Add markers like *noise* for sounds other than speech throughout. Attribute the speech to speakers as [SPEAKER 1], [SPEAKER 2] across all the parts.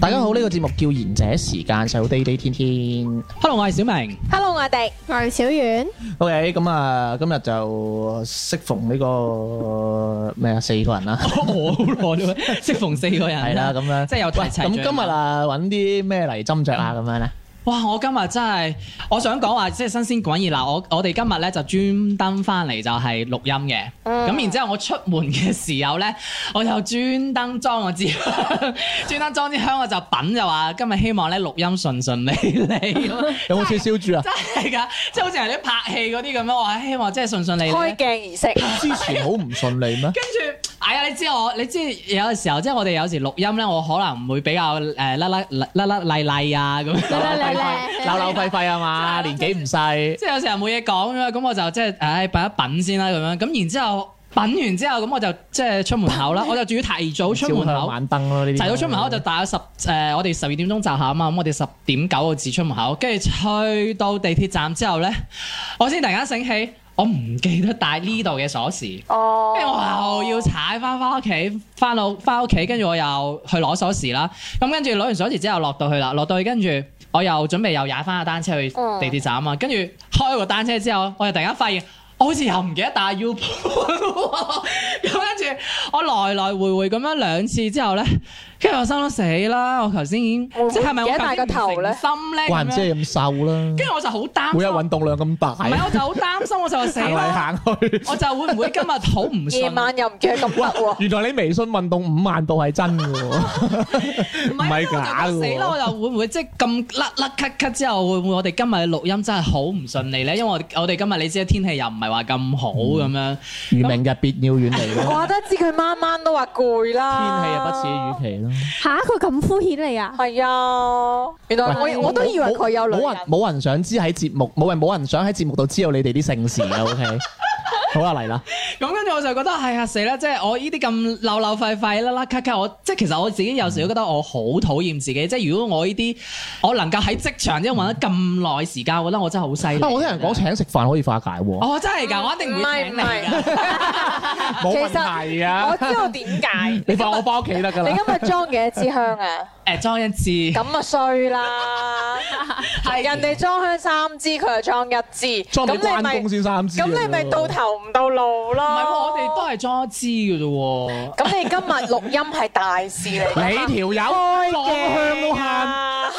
[SPEAKER 1] 大家好，呢、個節目叫賢者時間，細佬 day day 天天。
[SPEAKER 2] Hello，我係小明。
[SPEAKER 3] Hello，我哋
[SPEAKER 4] 我係小遠，
[SPEAKER 1] OK，咁啊，今日就適逢呢、個咩啊，四個人啦，
[SPEAKER 2] *laughs* 我好耐啦，適逢四個人啊
[SPEAKER 1] 係啦，咁樣。
[SPEAKER 2] 即係有
[SPEAKER 1] 喂，
[SPEAKER 2] 齊齊
[SPEAKER 1] 咁
[SPEAKER 2] 聚嗯
[SPEAKER 1] 今日啊，揾啲咩嚟斟酌啊，咁
[SPEAKER 2] *laughs*
[SPEAKER 1] 樣咧？
[SPEAKER 2] 哇！我今日真係，我想講話即係新鮮滾熱辣。我我哋今日咧就專登翻嚟就係錄音嘅。咁、然之後我出門嘅時候咧，我就專登裝我支 *laughs* 香，專登裝支香，我就品就話今日希望咧錄音順順利利 *laughs* 咁樣。
[SPEAKER 1] 有冇燒燒豬啊？
[SPEAKER 2] 真係㗎，即係好似人哋拍戲嗰啲咁樣，我話希望真係順順利利。
[SPEAKER 3] 開鏡儀式，
[SPEAKER 1] 之前好唔順
[SPEAKER 2] *laughs*
[SPEAKER 1] 利咩？
[SPEAKER 2] 跟住，哎呀，你知我，你知有嘅時候，即係我哋有時錄音咧，我可能會比較誒甩甩甩甩賴賴啊咁
[SPEAKER 1] *laughs*
[SPEAKER 2] 樣。
[SPEAKER 1] 扭扭扭狒狒啊嘛，年紀唔細。
[SPEAKER 2] 即係有時候冇嘢講咁樣，咁我就即係唉品一品先啦咁樣，咁然之後品完之後，咁我就即係出門
[SPEAKER 1] *laughs*
[SPEAKER 2] 口啦，我就仲要提早出門
[SPEAKER 1] 朝向啊
[SPEAKER 2] 口。
[SPEAKER 1] 晚燈咯，呢啲
[SPEAKER 2] 提早出門口就大約十誒、我哋十二點鐘集合啊嘛，咁我哋十點九個字出門口，跟住去到地鐵站之後咧，我先突然間醒起，我唔記得帶呢度嘅鎖匙，
[SPEAKER 3] 哦
[SPEAKER 2] 跟住我又要踩翻翻屋企，翻到翻屋企，跟住我又去攞鎖匙啦。咁跟住攞完鎖匙之後落到去啦，落到去跟住我又準備又踩翻架單車去
[SPEAKER 3] 嗯
[SPEAKER 2] 地鐵站啊嘛，跟住開個單車之後，我又突然間發現。我好似又唔記得帶 U 盤喎，咁跟住我來來回回咁樣兩次之後咧，跟住我心諗死啦！我頭先已經
[SPEAKER 3] 會唔會
[SPEAKER 2] 即係咪我
[SPEAKER 3] 哦唔記得帶個頭
[SPEAKER 2] 咧？
[SPEAKER 3] 咧
[SPEAKER 2] 心咧咁
[SPEAKER 1] 怪唔知
[SPEAKER 2] 樣，
[SPEAKER 1] 你咁瘦啦，
[SPEAKER 2] 跟住我就好擔
[SPEAKER 1] 每日
[SPEAKER 2] 心，
[SPEAKER 1] 運動量咁大，
[SPEAKER 2] 唔係我就好擔心，我就話死
[SPEAKER 1] 行嚟
[SPEAKER 2] 啦，
[SPEAKER 1] 行去。
[SPEAKER 2] 我就會唔會今日好唔順？
[SPEAKER 3] 夜
[SPEAKER 2] 啊
[SPEAKER 3] 晚又唔見佢咁得喎。
[SPEAKER 1] 原來你微信運動五萬步係真嘅
[SPEAKER 3] *laughs*
[SPEAKER 1] 喎，
[SPEAKER 2] 唔係假死啦！我就會唔會即係咁甩甩咳咳之後，會唔會我哋今日嘅錄音真係好唔順利咧？因為我我哋今日你知天氣又唔係話咁好咁樣，
[SPEAKER 1] 如明日必要遠離咯。
[SPEAKER 3] 我都知佢晚晚都話攰啦。
[SPEAKER 1] 天氣又不似預期
[SPEAKER 4] 吓佢咁敷衍你啊？
[SPEAKER 3] 預期。係啊，原來
[SPEAKER 1] 咯。喂
[SPEAKER 3] 我我都以為佢有女
[SPEAKER 1] 冇
[SPEAKER 3] 人
[SPEAKER 1] 人。冇人想知喺節目，冇人冇人想喺節目度知道你哋啲姓氏啊。OK，好 *laughs* 啦嚟啦，
[SPEAKER 2] 咁跟住我就覺得係啊死啦！即係我呢啲咁漏漏費費啦啦咳咳，我即係其實我自己有時都覺得我好討厭自己。即係如果我呢啲我能夠喺職場即係揾咗咁耐時間，我覺得我真係好犀利。
[SPEAKER 1] 啊我聽人講請食飯可以化解喎，
[SPEAKER 2] 哦，真係㗎，我一定
[SPEAKER 3] 唔
[SPEAKER 2] 會
[SPEAKER 3] 係
[SPEAKER 2] 請
[SPEAKER 3] 唔
[SPEAKER 2] 你㗎。
[SPEAKER 3] 係，
[SPEAKER 1] 冇問題
[SPEAKER 3] 我
[SPEAKER 1] 啊。
[SPEAKER 3] 知道點解。
[SPEAKER 1] 你放我翻屋企得㗎
[SPEAKER 3] *laughs* 你
[SPEAKER 1] 啦。
[SPEAKER 3] 今日裝幾多支香啊？
[SPEAKER 2] 誒裝一次，
[SPEAKER 3] 咁啊衰啦！
[SPEAKER 2] 係
[SPEAKER 3] 人哋裝香三支，佢就裝一支，
[SPEAKER 1] 裝
[SPEAKER 3] 咁
[SPEAKER 1] 到
[SPEAKER 3] 你
[SPEAKER 1] 關
[SPEAKER 3] 咪
[SPEAKER 1] 公先三支啊。
[SPEAKER 3] 咁你咪到頭唔到
[SPEAKER 2] 唔
[SPEAKER 3] 路
[SPEAKER 2] 係
[SPEAKER 3] 咯。
[SPEAKER 2] 喎我哋都係裝一支㗎啫喎。
[SPEAKER 3] 咁你今日錄音係大事嚟㗎嘛，
[SPEAKER 1] 你條友
[SPEAKER 3] 開
[SPEAKER 1] *laughs* 放香
[SPEAKER 3] 鏡
[SPEAKER 1] 都慳
[SPEAKER 3] 啊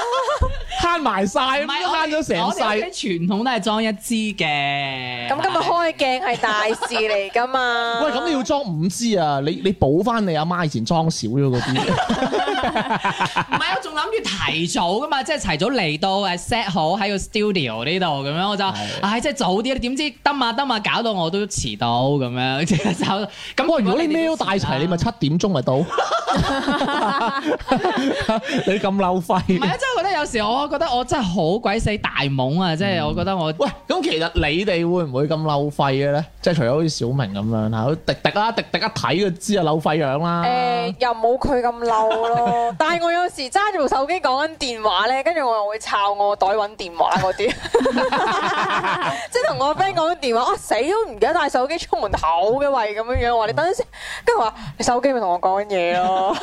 [SPEAKER 1] 慳埋晒，
[SPEAKER 2] 唔係
[SPEAKER 1] 咁都慳咗成
[SPEAKER 2] 我哋我哋
[SPEAKER 1] 世
[SPEAKER 2] 屋。企傳統都係裝一支嘅。
[SPEAKER 3] *laughs* 咁今啊日開鏡係大事嚟㗎嘛？
[SPEAKER 1] 喂，咁你要裝五支啊！你你補翻你阿媽以前裝少咗嗰啲，
[SPEAKER 2] 唔係我仲諗住提早噶嘛，即係提早嚟到誒 set 好喺個 studio 呢度咁樣，我就
[SPEAKER 1] 係
[SPEAKER 2] 唉即係早啲，點知得嘛得嘛，搞到我都遲到咁樣， *laughs* 即係走。咁
[SPEAKER 1] 哇！如果你咩都帶
[SPEAKER 2] 遲啦
[SPEAKER 1] 齊，你咪七點鐘
[SPEAKER 2] *laughs*
[SPEAKER 1] 咪到。 *laughs* 你咁漏
[SPEAKER 2] 唔係
[SPEAKER 1] 費。
[SPEAKER 2] 啊！即係我覺得有時我覺得我真係好鬼死大懵啊！即
[SPEAKER 1] 嗯
[SPEAKER 2] 係我覺得我
[SPEAKER 1] 喂，咁其實你哋會唔會咁漏費嘅咧？即係除咗好似小明咁樣嚇，迪迪啦，迪迪一睇就知啊，漏費樣啦。
[SPEAKER 3] 誒又冇佢咁
[SPEAKER 1] *laughs*
[SPEAKER 3] 嬲咯，但係我有時揸住部手機講緊電話咧，跟住我又會抄我袋揾電話嗰
[SPEAKER 1] *laughs*
[SPEAKER 3] 啲，即係同我 friend 講緊電話，啊死都唔記得帶手機出門口嘅喂咁樣樣，我話你等陣先，跟住我話你手機咪同我講緊嘢咯，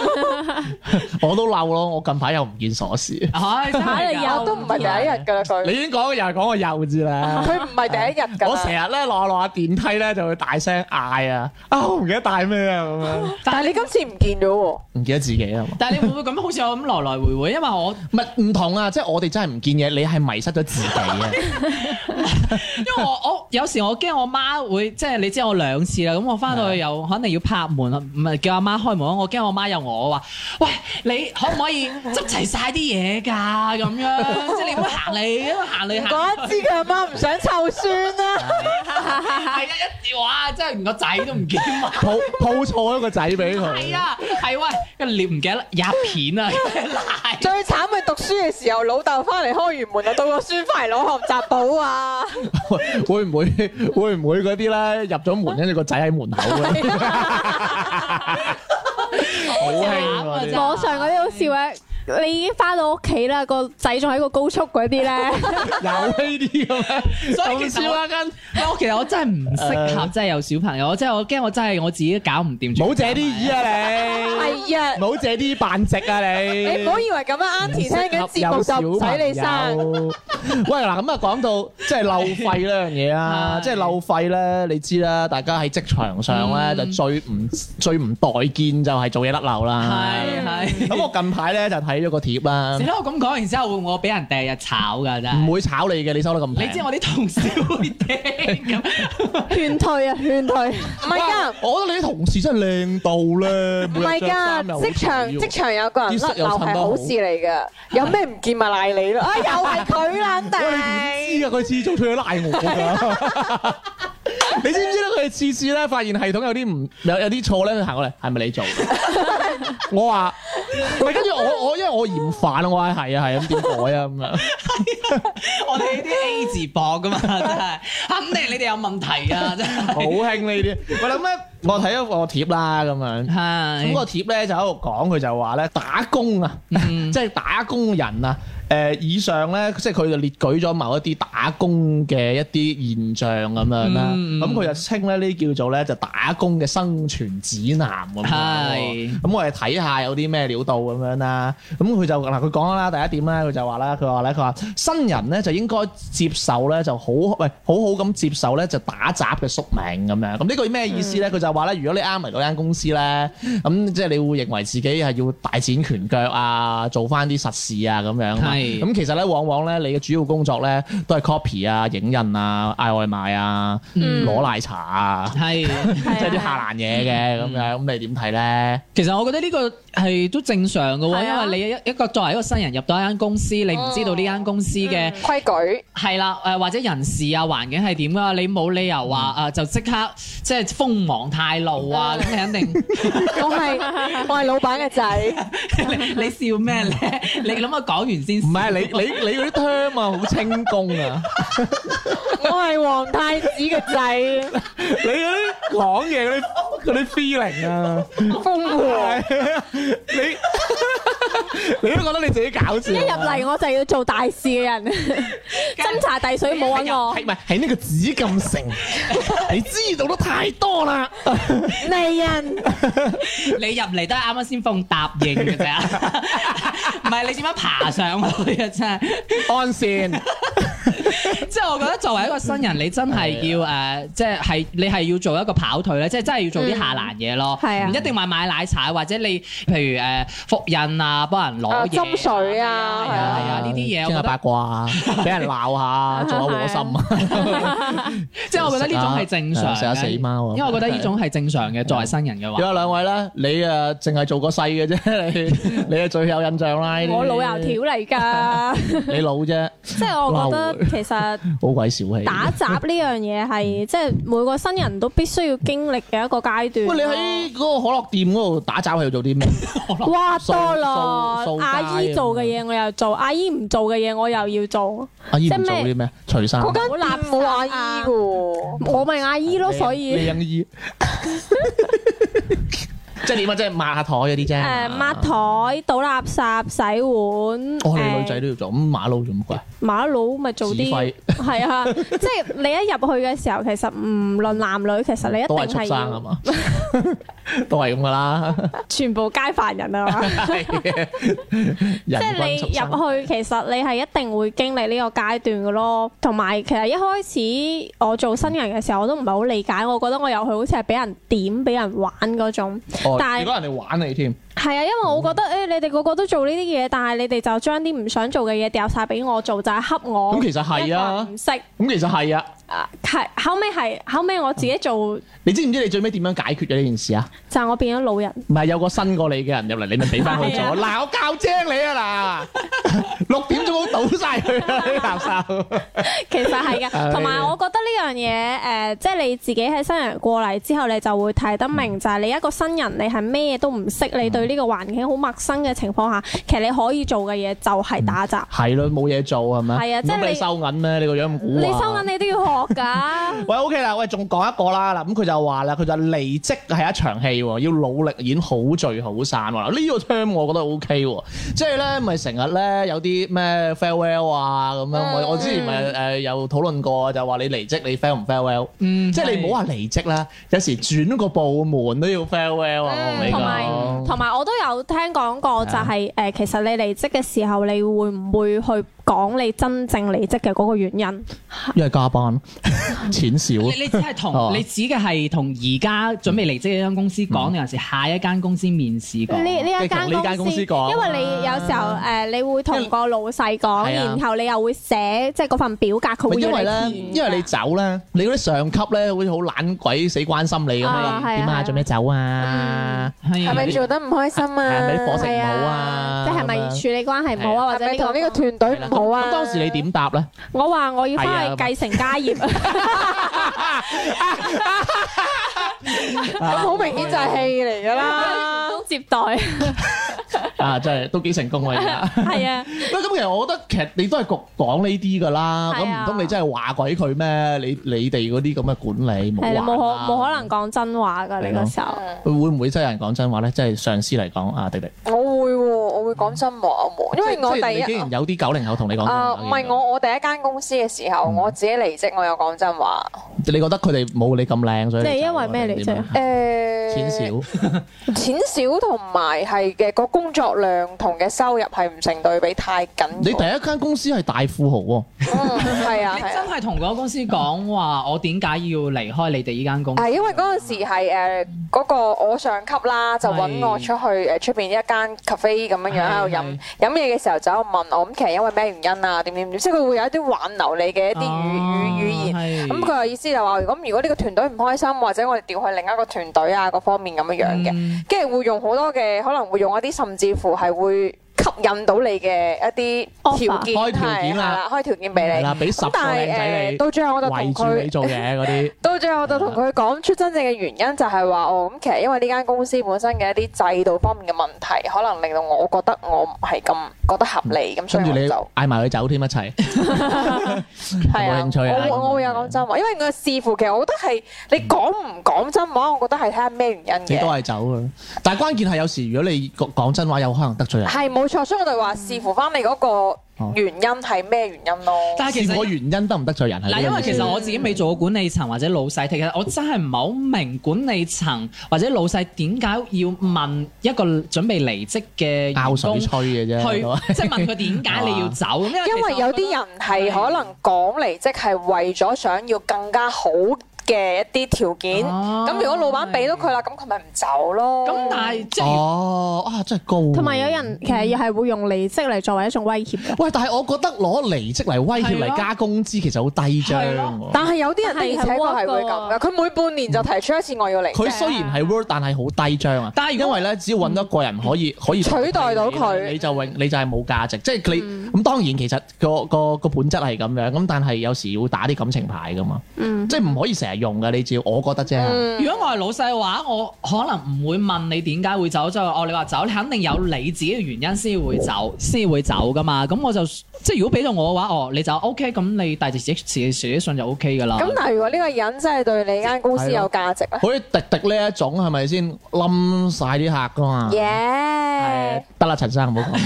[SPEAKER 1] 我都漏咯，我近排又唔見鎖匙。
[SPEAKER 2] 唉
[SPEAKER 3] *laughs*
[SPEAKER 2] 真係
[SPEAKER 4] 你
[SPEAKER 2] 㗎
[SPEAKER 4] 有
[SPEAKER 3] 我都唔係第一日㗎啦
[SPEAKER 1] 你
[SPEAKER 3] 佢，
[SPEAKER 1] 已經講又係講個幼字啦。
[SPEAKER 2] *laughs*
[SPEAKER 3] 佢唔係第一日㗎啦。
[SPEAKER 1] 我成日咧落落下電梯咧就會大聲嗌啊！啊，我唔記得帶咩啊咁
[SPEAKER 2] *laughs*
[SPEAKER 1] 樣，
[SPEAKER 3] 但係你今次唔見咗喎，
[SPEAKER 1] 唔記得自己啊嘛。
[SPEAKER 2] 但係你會唔會咁好似我咁來來回回？因為我
[SPEAKER 1] 唔係唔同啊，即係我哋真係唔見嘢，你係迷失咗自己
[SPEAKER 2] *laughs*
[SPEAKER 1] 啊！
[SPEAKER 2] 因為我我有時我驚我媽會即係你知我兩次啦，咁我翻到去又肯定要拍門，唔係叫阿媽開門，我驚我媽又我話：喂，你可唔可以執齊晒啲嘢㗎？咁
[SPEAKER 1] *laughs*
[SPEAKER 2] 樣即係你唔好行嚟，因為行嚟
[SPEAKER 3] 唔
[SPEAKER 2] 行
[SPEAKER 1] *laughs*
[SPEAKER 3] 怪得知佢阿媽唔想湊孫啦。
[SPEAKER 2] 係啊，一哇，真係連個仔都唔見
[SPEAKER 1] *laughs*
[SPEAKER 2] 埋。
[SPEAKER 1] 抱抱錯一個仔俾佢。
[SPEAKER 2] 係啊，係喂，個尿唔記得入片
[SPEAKER 1] *laughs*
[SPEAKER 2] 啊，賴
[SPEAKER 3] 最慘係讀書嘅時候，老豆翻嚟開完門啊，到個孫翻嚟攞學習簿啊，
[SPEAKER 1] 會 *laughs* 會唔會會唔會嗰啲咧入咗門，跟住個仔喺門口嘅？
[SPEAKER 2] 慘
[SPEAKER 1] 好興嗰啲
[SPEAKER 2] 啊
[SPEAKER 4] 網上嗰啲好笑嘅，你已經翻到屋企啦，個仔仲喺個高速嗰啲咧，
[SPEAKER 1] 啊有呢啲嘅咩？
[SPEAKER 2] 所以其實我跟，
[SPEAKER 1] 啊
[SPEAKER 2] 我其實我真係唔適合，真係有小朋友，我真係我驚我真係我自己搞唔掂。
[SPEAKER 1] 唔好借啲椅！啊你！
[SPEAKER 3] 係啊
[SPEAKER 1] 唔，好借啲扮席啊你！
[SPEAKER 3] 你唔好以為咁樣 a u n t i 聽緊節目就唔使你生。
[SPEAKER 1] *laughs* 喂嗱，咁啊講到即係漏費呢樣嘢啊，
[SPEAKER 2] 係
[SPEAKER 1] 即係漏費咧，你知啦，大家喺職場上咧就
[SPEAKER 2] 嗯
[SPEAKER 1] 最唔最唔待見就係做嘢甩漏啦。
[SPEAKER 2] 係係。
[SPEAKER 1] 咁我近排咧就睇咗個貼
[SPEAKER 3] *laughs*
[SPEAKER 1] 啦
[SPEAKER 2] 死，啦！我咁講完之後，會唔會我俾人第日炒㗎？真
[SPEAKER 1] 唔
[SPEAKER 2] 係。
[SPEAKER 1] 會炒你嘅，你收得咁平。
[SPEAKER 2] 你知我啲同事會聽咁，
[SPEAKER 4] 勸退啊，勸退。
[SPEAKER 3] 唔係㗎，
[SPEAKER 1] 我覺得你啲同事真係靚到咧，
[SPEAKER 3] 唔
[SPEAKER 1] 唔
[SPEAKER 3] 係㗎，職場職場有個人甩漏係好事嚟㗎，有咩唔見咪賴你 *laughs* 咯。啊，又係佢啦，肯定
[SPEAKER 1] 知。啊，佢次做出去拉我㗎。 *laughs* 你知唔知咧？佢哋次次咧發現系統有啲唔有有啲錯咧，佢行過嚟係咪你 *laughs* 做嘅？我話，喂，跟住我我因為我嫌煩啊，我話係啊係啊，咁點改啊咁樣？
[SPEAKER 2] 我哋呢啲 A 字博㗎嘛，真係肯定你哋有問題啊！真
[SPEAKER 1] 好
[SPEAKER 2] 係。
[SPEAKER 1] 興呢啲。我諗咧，我睇咗個貼啦咁樣。咁個
[SPEAKER 2] 係。
[SPEAKER 1] 貼咧就喺度講，佢就話咧打工啊，
[SPEAKER 2] 嗯
[SPEAKER 1] *laughs* 即係打工人啊。誒、以上咧，即係佢就列舉咗某一啲打工嘅一啲現象咁樣啦。
[SPEAKER 2] 嗯
[SPEAKER 1] 咁佢、就稱咧呢啲叫做咧就打工嘅生存指南咁樣喎。
[SPEAKER 2] 係
[SPEAKER 1] 咁我哋睇下有啲咩料到咁樣啦。咁佢就嗱佢講啦，第一點咧，佢就話啦，佢話咧，佢話新人咧就應該接受咧就好，喂好好咁接受咧就打雜嘅宿命咁樣。咁呢個咩意思咧？
[SPEAKER 2] 嗯
[SPEAKER 1] 佢就話咧，如果你啱嚟嗰間公司咧，咁即係你會認為自己係要大展拳腳啊，做翻啲實事啊咁樣。
[SPEAKER 2] 係
[SPEAKER 1] 咁其實咧，往往咧你嘅主要工作咧都係 copy 啊、影印啊、嗌外賣啊、
[SPEAKER 2] 嗯
[SPEAKER 1] 攞奶茶啊，
[SPEAKER 2] 係。
[SPEAKER 1] 即係啲下欄嘢嘅咁樣。咁你點睇咧？
[SPEAKER 2] 其實我覺得呢個係都正常嘅
[SPEAKER 4] 係啊
[SPEAKER 2] 喎，因為你一一個作為一個新人入到一間公司，你唔知道呢間公司嘅
[SPEAKER 3] 規矩
[SPEAKER 2] 係啦，誒或者人事啊環境係點啊，你冇理由話啊誒就即刻即係鋒芒太露啊，咁你肯定 *laughs*
[SPEAKER 3] 我係我係老闆嘅仔，
[SPEAKER 2] 你你笑咩咧？你諗我講完先笑
[SPEAKER 1] 唔係你你你嗰啲 term 啊，好清功啊！
[SPEAKER 3] 我係皇太子嘅仔，
[SPEAKER 1] 你嗰啲講嘢嗰啲嗰啲 feeling 啊，
[SPEAKER 3] 瘋狂。
[SPEAKER 1] 係啊你你都覺得你自己搞笑啊。
[SPEAKER 4] 一入嚟我就要做大事嘅人，斟茶遞水冇揾我
[SPEAKER 1] 係。唔係係呢個紫禁城？你知道得太多啦。
[SPEAKER 3] 泥人
[SPEAKER 2] 你入嚟都係啱啱先奉答應嘅啫， *laughs* 唔係你點樣爬上去啊？真係。
[SPEAKER 1] 安線
[SPEAKER 2] 即係我覺得作為一個新人，你真係要誒，呃即係係你係要做一個跑腿咧，即係真係要做啲下欄嘢咯。
[SPEAKER 4] 嗯係啊
[SPEAKER 2] 唔一定話買奶茶，或者你譬如誒複印啊，幫人
[SPEAKER 3] 啊
[SPEAKER 2] 攞嘢、
[SPEAKER 3] 斟水啊
[SPEAKER 2] 係啊係啊呢啲嘢，我
[SPEAKER 1] 傾
[SPEAKER 2] 覺
[SPEAKER 1] 下八
[SPEAKER 2] 得
[SPEAKER 1] 卦，俾人鬧下，做下和心啊。
[SPEAKER 2] 即係我覺得呢種係正常
[SPEAKER 1] 食下
[SPEAKER 2] 嘅。
[SPEAKER 1] 死貓啊
[SPEAKER 2] 因為我覺得呢種係正常嘅，作為新人嘅
[SPEAKER 1] 有
[SPEAKER 2] 話。
[SPEAKER 1] 啊兩位咧，你啊淨係做個細嘅啫，你你係最有印象啦。呢啲
[SPEAKER 4] 我老油條，嚟㗎，
[SPEAKER 1] 你老啫，
[SPEAKER 4] 即係我覺得其實
[SPEAKER 1] 好鬼小氣。
[SPEAKER 4] 打雜呢樣嘢
[SPEAKER 1] 嗯
[SPEAKER 4] 係即係每個新人都必須要經歷嘅一個階段咯。
[SPEAKER 1] 喂，你喺嗰個可樂店嗰度打雜係要做啲咩？
[SPEAKER 4] 哇多
[SPEAKER 1] 掃掃
[SPEAKER 4] 咯，
[SPEAKER 1] 街啊
[SPEAKER 4] 阿姨做嘅嘢我又做，阿姨唔做嘅嘢我又要做，
[SPEAKER 1] 阿姨
[SPEAKER 4] 即係
[SPEAKER 1] 啊唔做
[SPEAKER 4] 咩
[SPEAKER 1] 啲咩？除衫。
[SPEAKER 3] 嗰間
[SPEAKER 4] 好垃圾
[SPEAKER 3] 冇阿姨
[SPEAKER 4] 啊
[SPEAKER 3] 嘅喎，
[SPEAKER 4] 我咪阿姨咯，
[SPEAKER 1] 靚
[SPEAKER 4] 所以
[SPEAKER 1] 靚
[SPEAKER 4] *laughs*
[SPEAKER 1] 姨。即係點啊？即係抹下台嗰啲啫。
[SPEAKER 4] 誒
[SPEAKER 1] 係
[SPEAKER 4] 抹。
[SPEAKER 1] 嘛
[SPEAKER 4] 台、倒垃圾、洗碗。
[SPEAKER 1] 哦，
[SPEAKER 4] 誒
[SPEAKER 1] 你女仔都要做，咁馬佬做乜鬼？
[SPEAKER 4] 馬佬咪做
[SPEAKER 1] 指揮
[SPEAKER 4] 啲係啊， *laughs* 即係你一入去嘅時候，其實唔論男女，其實你一
[SPEAKER 1] 都
[SPEAKER 4] 定
[SPEAKER 1] 係畜
[SPEAKER 4] 係
[SPEAKER 1] 生啊
[SPEAKER 4] 要
[SPEAKER 1] 嘛， *laughs* 都係咁
[SPEAKER 4] *laughs*
[SPEAKER 1] 噶啦。
[SPEAKER 4] 全部皆凡人啊嘛。
[SPEAKER 1] 係嘅
[SPEAKER 4] 即係你
[SPEAKER 1] 人均畜生
[SPEAKER 4] 入去，其實你係一定會經歷呢個階段嘅咯。同埋其實一開始我做新人嘅時候，我都唔係好理解，我覺得我入去好似係俾人點、俾人玩嗰種。
[SPEAKER 1] 哦
[SPEAKER 4] 但係
[SPEAKER 1] 如果人哋玩你添，
[SPEAKER 4] 係啊，因為我覺
[SPEAKER 1] 嗯
[SPEAKER 4] 得诶、誒你哋個個都做呢啲嘢，但係你哋就將啲唔想做嘅嘢掉晒俾我做，就係恰我。
[SPEAKER 1] 咁其實係啊
[SPEAKER 4] 一個人唔識
[SPEAKER 1] 咁其實係啊，
[SPEAKER 4] 啊，系后尾係後尾我自己做，
[SPEAKER 1] 你知唔知你最尾點樣解決咗呢件事啊？
[SPEAKER 4] 就係我變咗老人。
[SPEAKER 1] 唔係有個新過你嘅人入嚟，你咪俾翻佢做。
[SPEAKER 4] 係
[SPEAKER 1] 嗱，我教精你啊 *laughs* 嗱，六點鐘倒晒佢啦，啲垃圾。
[SPEAKER 4] 其實係
[SPEAKER 1] *laughs* 啊係
[SPEAKER 4] 嘅，同埋我覺得呢樣嘢誒、即係你自己喺新人過嚟之後，你就會睇得明，
[SPEAKER 1] 嗯
[SPEAKER 4] 就係你一個新人，你係咩都唔識，你對呢個環境好陌生嘅情況下，其實你可以做嘅嘢就
[SPEAKER 1] 嗯
[SPEAKER 4] 係打雜。
[SPEAKER 1] 係咯，冇嘢做係咪？
[SPEAKER 4] 係啊即係
[SPEAKER 1] 咁你
[SPEAKER 4] 你
[SPEAKER 1] 收銀咩？你個樣咁古
[SPEAKER 4] 你
[SPEAKER 1] 怪
[SPEAKER 4] 收銀你都要學㗎。
[SPEAKER 1] *laughs* 喂，OK 啦，喂，仲講一個啦，嗱，咁佢就話啦，佢就話離職係一場戲喎，要努力演好聚好散喎。呢、個 term 我覺得 OK 喎，即係咧，咪成日咧有啲咩 farewell 啊咁樣。我、我之前咪
[SPEAKER 4] 嗯
[SPEAKER 1] 誒有討論過，就話你離職你 fail 唔 farewell，
[SPEAKER 2] 嗯，
[SPEAKER 1] 即係你唔好話離職啦，有時轉個部門都要 farewell 啊，我同你
[SPEAKER 4] 嗯同埋
[SPEAKER 1] 講。
[SPEAKER 4] 同埋我都有聽講過，就係、誒、其實你離職嘅時候，你會唔會去講你真正離職嘅嗰個原因？
[SPEAKER 1] 因為
[SPEAKER 4] *laughs*
[SPEAKER 1] 加班，錢少。
[SPEAKER 2] 你你只係
[SPEAKER 1] 哦嗯
[SPEAKER 2] 同你指嘅係同而家準備離職嘅一間公司講，定還是下一間公司面試
[SPEAKER 4] 呢
[SPEAKER 2] 講？
[SPEAKER 4] 呢一
[SPEAKER 1] 即係同呢間
[SPEAKER 4] 間
[SPEAKER 1] 公
[SPEAKER 4] 公
[SPEAKER 1] 司
[SPEAKER 4] 司，
[SPEAKER 1] 講嗯
[SPEAKER 4] 因為你有時候誒，你會同個老細講，
[SPEAKER 1] 係啊
[SPEAKER 4] 然後你又會寫即係嗰份表格，佢會
[SPEAKER 1] 因為
[SPEAKER 4] 為
[SPEAKER 1] 咧，因為你走咧，你嗰啲上級咧，好似好懶鬼死關心你咁
[SPEAKER 4] 啊
[SPEAKER 1] 樣，
[SPEAKER 4] 係啊
[SPEAKER 1] 點
[SPEAKER 4] 係
[SPEAKER 1] 啊，
[SPEAKER 4] 啊
[SPEAKER 1] 做咩走啊？
[SPEAKER 3] 係
[SPEAKER 2] 係
[SPEAKER 3] 咪做得唔開心
[SPEAKER 1] 係
[SPEAKER 3] 啊？
[SPEAKER 1] 咪啲伙食
[SPEAKER 4] 係
[SPEAKER 1] 唔好
[SPEAKER 4] 啊
[SPEAKER 1] 啊，
[SPEAKER 4] 嗯即係咪處理關係唔好啊，或
[SPEAKER 3] 係
[SPEAKER 4] 者
[SPEAKER 3] 咪
[SPEAKER 4] 呢
[SPEAKER 3] 同
[SPEAKER 4] 個
[SPEAKER 3] 呢個團
[SPEAKER 1] 係
[SPEAKER 3] 隊
[SPEAKER 1] 啦
[SPEAKER 3] 唔好啊？
[SPEAKER 1] 咁當時你點答咧？
[SPEAKER 4] 我話我要
[SPEAKER 1] 係啊
[SPEAKER 4] 翻去繼承家業，
[SPEAKER 3] 咁好明顯就係戲嚟㗎啦。
[SPEAKER 4] *laughs* 都接待，
[SPEAKER 1] 啊，真係都幾成功啊！
[SPEAKER 4] *laughs*
[SPEAKER 1] 而家
[SPEAKER 4] 係啊，
[SPEAKER 1] 喂，咁其實我覺得其實你都係局講呢啲㗎啦，
[SPEAKER 4] 係
[SPEAKER 1] 咁唔
[SPEAKER 4] 啊
[SPEAKER 1] 通你真係話鬼佢咩？你你哋嗰啲咁嘅管理
[SPEAKER 4] 係你啊
[SPEAKER 1] 冇
[SPEAKER 4] 冇
[SPEAKER 1] 玩啦啊
[SPEAKER 4] 可冇可能講真話㗎，
[SPEAKER 1] 係
[SPEAKER 4] 你
[SPEAKER 1] 咯
[SPEAKER 4] 嗰時候。
[SPEAKER 1] 會唔會真係有人講真話咧？即係上司嚟講，啊，迪迪，
[SPEAKER 3] 我會喎，我會講真話喎，因為我
[SPEAKER 1] 即係
[SPEAKER 3] 第
[SPEAKER 1] 你竟
[SPEAKER 3] 一
[SPEAKER 1] 然有啲九零後同你講真嗯
[SPEAKER 3] 啊
[SPEAKER 1] 話，
[SPEAKER 3] 唔係我我第一間公司嘅時候，我自己離職，我有講真話。
[SPEAKER 1] 你覺得佢哋冇你咁靚，所以
[SPEAKER 4] 你係
[SPEAKER 1] 走
[SPEAKER 4] 因為咩
[SPEAKER 1] 定點
[SPEAKER 4] 離職
[SPEAKER 1] 啊
[SPEAKER 4] 啊
[SPEAKER 3] 誒，
[SPEAKER 1] 錢少。
[SPEAKER 3] 呃錢少同埋係嘅個工作量同嘅收入係唔成對比，太緊要。
[SPEAKER 1] 你第一間公司係大富豪喎、
[SPEAKER 3] 嗯係
[SPEAKER 2] *laughs*
[SPEAKER 3] 啊
[SPEAKER 2] 你
[SPEAKER 3] 係
[SPEAKER 2] 真
[SPEAKER 3] 啊，
[SPEAKER 2] 係同嗰間公司講話，我點解要離開你哋呢間公司？
[SPEAKER 3] 係啊因為嗰陣時係誒嗰個我上級啦，就揾我
[SPEAKER 2] 係
[SPEAKER 3] 出去誒出邊一間 cafe 咁樣樣喺度飲飲嘢嘅時候，就喺度問我咁其實因為咩原因啊點點點，即係佢會有一啲挽留你嘅一啲語語
[SPEAKER 1] 哦
[SPEAKER 3] 語言。
[SPEAKER 2] 言
[SPEAKER 3] 咁佢嘅意思就話，咁如果呢個團隊唔開心，或者我哋調去另一個團隊啊，各方面咁樣樣嘅，
[SPEAKER 2] 嗯
[SPEAKER 3] 跟住會用好多嘅，可能會用一啲甚至乎係會吸引到你嘅一啲
[SPEAKER 4] Offer
[SPEAKER 3] 條件，
[SPEAKER 1] 開條
[SPEAKER 3] 係
[SPEAKER 1] 件啦
[SPEAKER 3] 係啦，開條件俾
[SPEAKER 1] 係
[SPEAKER 3] 你。
[SPEAKER 1] 啦，俾十個
[SPEAKER 3] 咁但
[SPEAKER 1] 靚仔
[SPEAKER 3] 係誒，
[SPEAKER 1] 你，
[SPEAKER 3] 到最後我就
[SPEAKER 1] 圍
[SPEAKER 3] 同
[SPEAKER 1] 住
[SPEAKER 3] 佢
[SPEAKER 1] 你。
[SPEAKER 3] *laughs*
[SPEAKER 1] 做嘢嗰啲，
[SPEAKER 3] 到最後我就同佢講出真正嘅原因，就係話哦，咁其實因為呢間公司本身嘅一啲制度方面嘅問題，可能令到我覺得我唔係咁覺得合理，咁所
[SPEAKER 1] 跟
[SPEAKER 3] 以
[SPEAKER 1] 住
[SPEAKER 3] 我
[SPEAKER 1] 你
[SPEAKER 3] 就。
[SPEAKER 1] 嗌埋佢走
[SPEAKER 3] *laughs*
[SPEAKER 1] 添一齊。有冇
[SPEAKER 3] 係
[SPEAKER 1] 興趣啊
[SPEAKER 3] 我會我會有講真話，因為我視乎其實我覺得係你講唔講真話，我覺得係睇下咩原因
[SPEAKER 1] 你都
[SPEAKER 3] 嘅。
[SPEAKER 1] 係走噶啦。但係關鍵係有時，如果你講講真話，有可能得罪人。
[SPEAKER 3] 係冇錯，所以我哋話視乎翻你嗰個
[SPEAKER 1] 哦
[SPEAKER 3] 原因係咩原因咯。
[SPEAKER 2] 但係其
[SPEAKER 1] 視
[SPEAKER 2] 實
[SPEAKER 1] 乎個。原因得唔得罪人係
[SPEAKER 2] 嗱，
[SPEAKER 1] 呢
[SPEAKER 2] 因
[SPEAKER 1] 個
[SPEAKER 2] 為
[SPEAKER 1] 意
[SPEAKER 2] 其
[SPEAKER 1] 思。
[SPEAKER 2] 實我自己未做過管理層或者老細，其實我真係唔係好明管理層或者老細點解要問一個準備離職嘅
[SPEAKER 1] 拗
[SPEAKER 2] 員
[SPEAKER 1] 水
[SPEAKER 2] 工去，
[SPEAKER 1] 吹嘅啫，
[SPEAKER 2] 即係問佢點解你要走？
[SPEAKER 3] *laughs*
[SPEAKER 2] 因為
[SPEAKER 3] 因
[SPEAKER 2] 其實
[SPEAKER 3] 為有啲人係可能講嚟，即係為咗想要更加好嘅一啲條件。
[SPEAKER 2] 哦
[SPEAKER 3] 咁如果老闆俾到佢啦，咁佢咪唔走咯。
[SPEAKER 2] 咁，但係即係
[SPEAKER 1] 哦，啊真係高喎。
[SPEAKER 4] 同埋有人
[SPEAKER 1] 嗯
[SPEAKER 4] 其實係會用離職嚟作為一種威脅嘅。
[SPEAKER 1] 喂，但係我覺得攞離職嚟威脅
[SPEAKER 2] 係
[SPEAKER 1] 嚟
[SPEAKER 2] 咯
[SPEAKER 1] 加工資，其實好低張
[SPEAKER 2] 係
[SPEAKER 1] 喎
[SPEAKER 2] 咯。
[SPEAKER 3] 但係有啲人的而且確係會咁
[SPEAKER 4] 係
[SPEAKER 3] 噶，佢每半年就提出一次我
[SPEAKER 2] 嗯
[SPEAKER 3] 要嚟。
[SPEAKER 1] 佢雖然係 word，但係好低張啊。
[SPEAKER 2] 但係如
[SPEAKER 1] 因
[SPEAKER 2] 果
[SPEAKER 1] 為咧，只要揾到一個人可
[SPEAKER 3] 嗯
[SPEAKER 1] 以可以
[SPEAKER 3] 取代到佢
[SPEAKER 1] 你你就永你就係冇價值。即係
[SPEAKER 3] 嗯
[SPEAKER 1] 你咁當然其實個個個本質係咁樣，咁但係有時要打啲感情牌噶嘛，
[SPEAKER 4] 嗯，
[SPEAKER 1] 即係唔可以成日用噶。你只要我覺得啫，
[SPEAKER 3] 嗯
[SPEAKER 2] 如果我係老細嘅話，我可能唔會問你點解會走，就係哦你話走，你肯定有你自己嘅原因先會走，先會走噶嘛。咁我就即係如果俾到我嘅話，哦你走 OK，咁你帶住自己自己自己信就 OK 噶啦。
[SPEAKER 3] 咁
[SPEAKER 1] 啊
[SPEAKER 3] 但係如果呢個人真係對你間公司有價值咧？
[SPEAKER 1] 好似迪迪呢一種係咪先冧晒啲客噶嘛？
[SPEAKER 3] 耶
[SPEAKER 1] 啊係！啊得啦，陳生唔好講。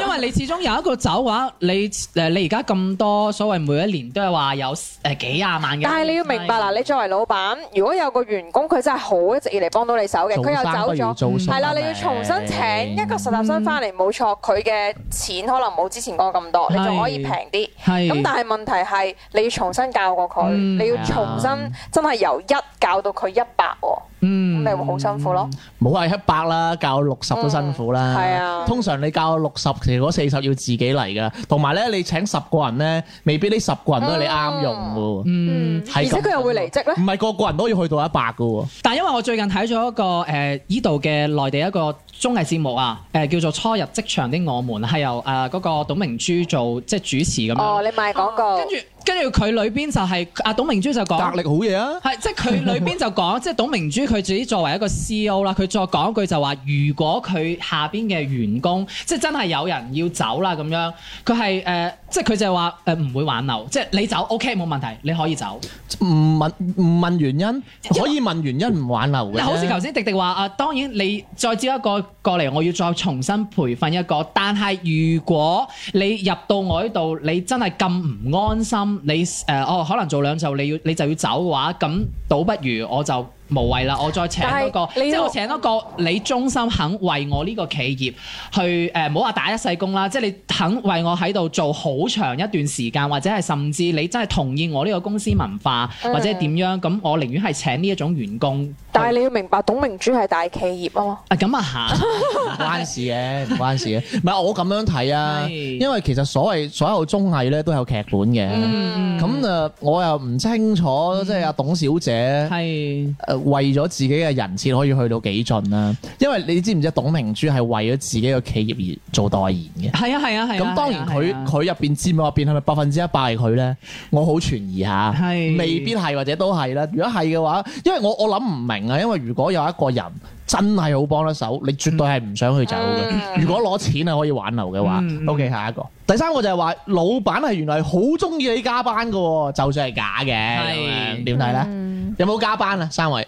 [SPEAKER 2] 因為你始終有一個走嘅話，你誒你而家咁多所謂每一年都係話有誒幾廿萬嘅，
[SPEAKER 3] 但係你要明白嗱，你作為老闆，如果有個員工佢真係好一直以嚟幫到你手嘅，
[SPEAKER 1] 做
[SPEAKER 3] *laughs* 佢又
[SPEAKER 1] 生不如
[SPEAKER 3] 走咗，
[SPEAKER 1] 做熟
[SPEAKER 3] 係啦，
[SPEAKER 1] 啊
[SPEAKER 3] 你要重新請一個實習生翻嚟，冇錯，佢嘅錢可能冇之前嗰個咁多，你仲可以平啲。
[SPEAKER 2] 嗯係
[SPEAKER 3] 咁但係問題係你要重新教過佢，
[SPEAKER 2] 嗯
[SPEAKER 3] 你要重新真係由一教到佢一百喎。
[SPEAKER 2] 嗯
[SPEAKER 3] 咁咪會好辛苦咯。
[SPEAKER 1] 冇話一百啦，教六十都辛苦啦。
[SPEAKER 3] 嗯係啊
[SPEAKER 1] 通常你教六十，其實嗰四十要自己嚟噶。同埋咧，你請十個人咧，未必呢十個人都係你啱用嘅。
[SPEAKER 2] 嗯，
[SPEAKER 1] 係
[SPEAKER 3] 而
[SPEAKER 1] 咁
[SPEAKER 3] 且佢又會離職咧
[SPEAKER 1] 唔。係個個人都要去到一百嘅喎。
[SPEAKER 2] 但因為我最近睇咗一個誒依度嘅內地一個綜藝節目啊，誒、叫做《初入職場的我們》，係由誒嗰、個董明珠做即係主持咁樣。
[SPEAKER 3] 哦，你賣廣告，
[SPEAKER 2] 跟住跟住佢裏邊就係、阿、董明珠就講
[SPEAKER 1] 格。力好嘢啊！
[SPEAKER 2] 係，即係佢裏邊就講，即係董明珠佢自己作為一個 CEO 啦，佢再講一句就話，如果佢下邊嘅員工，即係真係有人要走啦咁樣，佢係誒，即係佢就話誒唔會挽留，即係你走 OK 冇問題，你可以走。
[SPEAKER 1] 唔問唔問原因，可以問原因唔挽留嘅。
[SPEAKER 2] 好似頭先迪迪話啊，當然你再招一個過嚟，我要再重新培訓一個。但係如果你入到我呢度，你真係咁唔安心，你誒、呃哦可能做兩袖，你要你就要走嘅話，咁倒不如我就。無謂啦，我再請
[SPEAKER 3] 但係
[SPEAKER 2] 一個，
[SPEAKER 3] 你
[SPEAKER 2] 即係
[SPEAKER 3] 要
[SPEAKER 2] 我請一個你衷心肯為我呢個企業去誒，唔好話打一世工啦，即係你肯為我喺度做好長一段時間，或者係甚至你真係同意我呢個公司文化，或者點樣咁，我寧願係請呢一種員工。
[SPEAKER 3] 嗯但係你要明白，董明珠係大企業啊嘛。
[SPEAKER 2] 啊咁啊嚇，
[SPEAKER 1] 唔關事嘅，唔關事嘅。唔係我咁樣睇啊，
[SPEAKER 2] 係
[SPEAKER 1] 因為其實所謂所有綜藝咧都有劇本嘅。
[SPEAKER 2] 嗯
[SPEAKER 1] 咁誒、我又唔清楚，即係阿董小姐。
[SPEAKER 2] 係
[SPEAKER 1] 誒為咗自己嘅人設可以去到幾盡啦，因為你知唔知董明珠係為咗自己嘅企業而做代言嘅？
[SPEAKER 2] 係啊係啊係啊。
[SPEAKER 1] 咁當然佢
[SPEAKER 2] 係啊
[SPEAKER 1] 佢入邊佔入邊係咪百分之一百係佢咧？我好存
[SPEAKER 2] *laughs*
[SPEAKER 1] 疑下，
[SPEAKER 2] 係
[SPEAKER 1] 未必係或者都係啦。如果係嘅話，因為我我諗唔明啊，因為如果有一個人真係好幫得手，你絕對係唔想佢走嘅。如果攞錢係可以挽留嘅話、
[SPEAKER 2] 嗯嗯
[SPEAKER 1] o k 下一個第三個就係話老闆係原來好中意你加班嘅喎，就算係假嘅，
[SPEAKER 2] 係
[SPEAKER 1] 咁樣點睇咧？有冇加班啊？三位？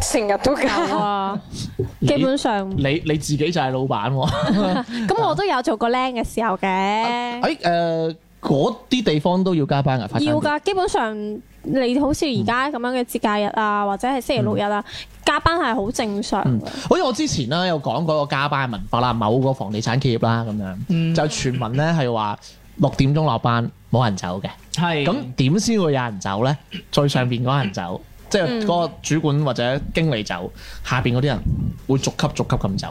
[SPEAKER 3] 成日
[SPEAKER 2] *laughs*
[SPEAKER 3] 都
[SPEAKER 4] 嗯有
[SPEAKER 3] 搞，
[SPEAKER 4] 啊，
[SPEAKER 1] *laughs* 你
[SPEAKER 4] 基本上
[SPEAKER 1] 你你自己就係老闆喎、嗯
[SPEAKER 4] 咁我都有做過僆嘅時候嘅，
[SPEAKER 1] 誒 *laughs* 誒嗰啲地方都要加班啊，發生
[SPEAKER 4] 要㗎。基本上你好似而家咁樣嘅節假日啊，或者係星期六日啊，加班係好正常
[SPEAKER 1] 嗯
[SPEAKER 4] 嘅。
[SPEAKER 1] 好似我之前咧有講嗰個加班文化啦，某個房地產企業啦咁樣，
[SPEAKER 2] 嗯
[SPEAKER 1] 就傳聞咧係話六點鐘落班冇人走嘅，
[SPEAKER 4] 嗯
[SPEAKER 2] 係
[SPEAKER 1] 咁點先會有人走咧？最上邊嗰人走，即
[SPEAKER 4] 嗯
[SPEAKER 1] 係嗰個主管或者經理走，下邊嗰啲人會逐級逐級咁走，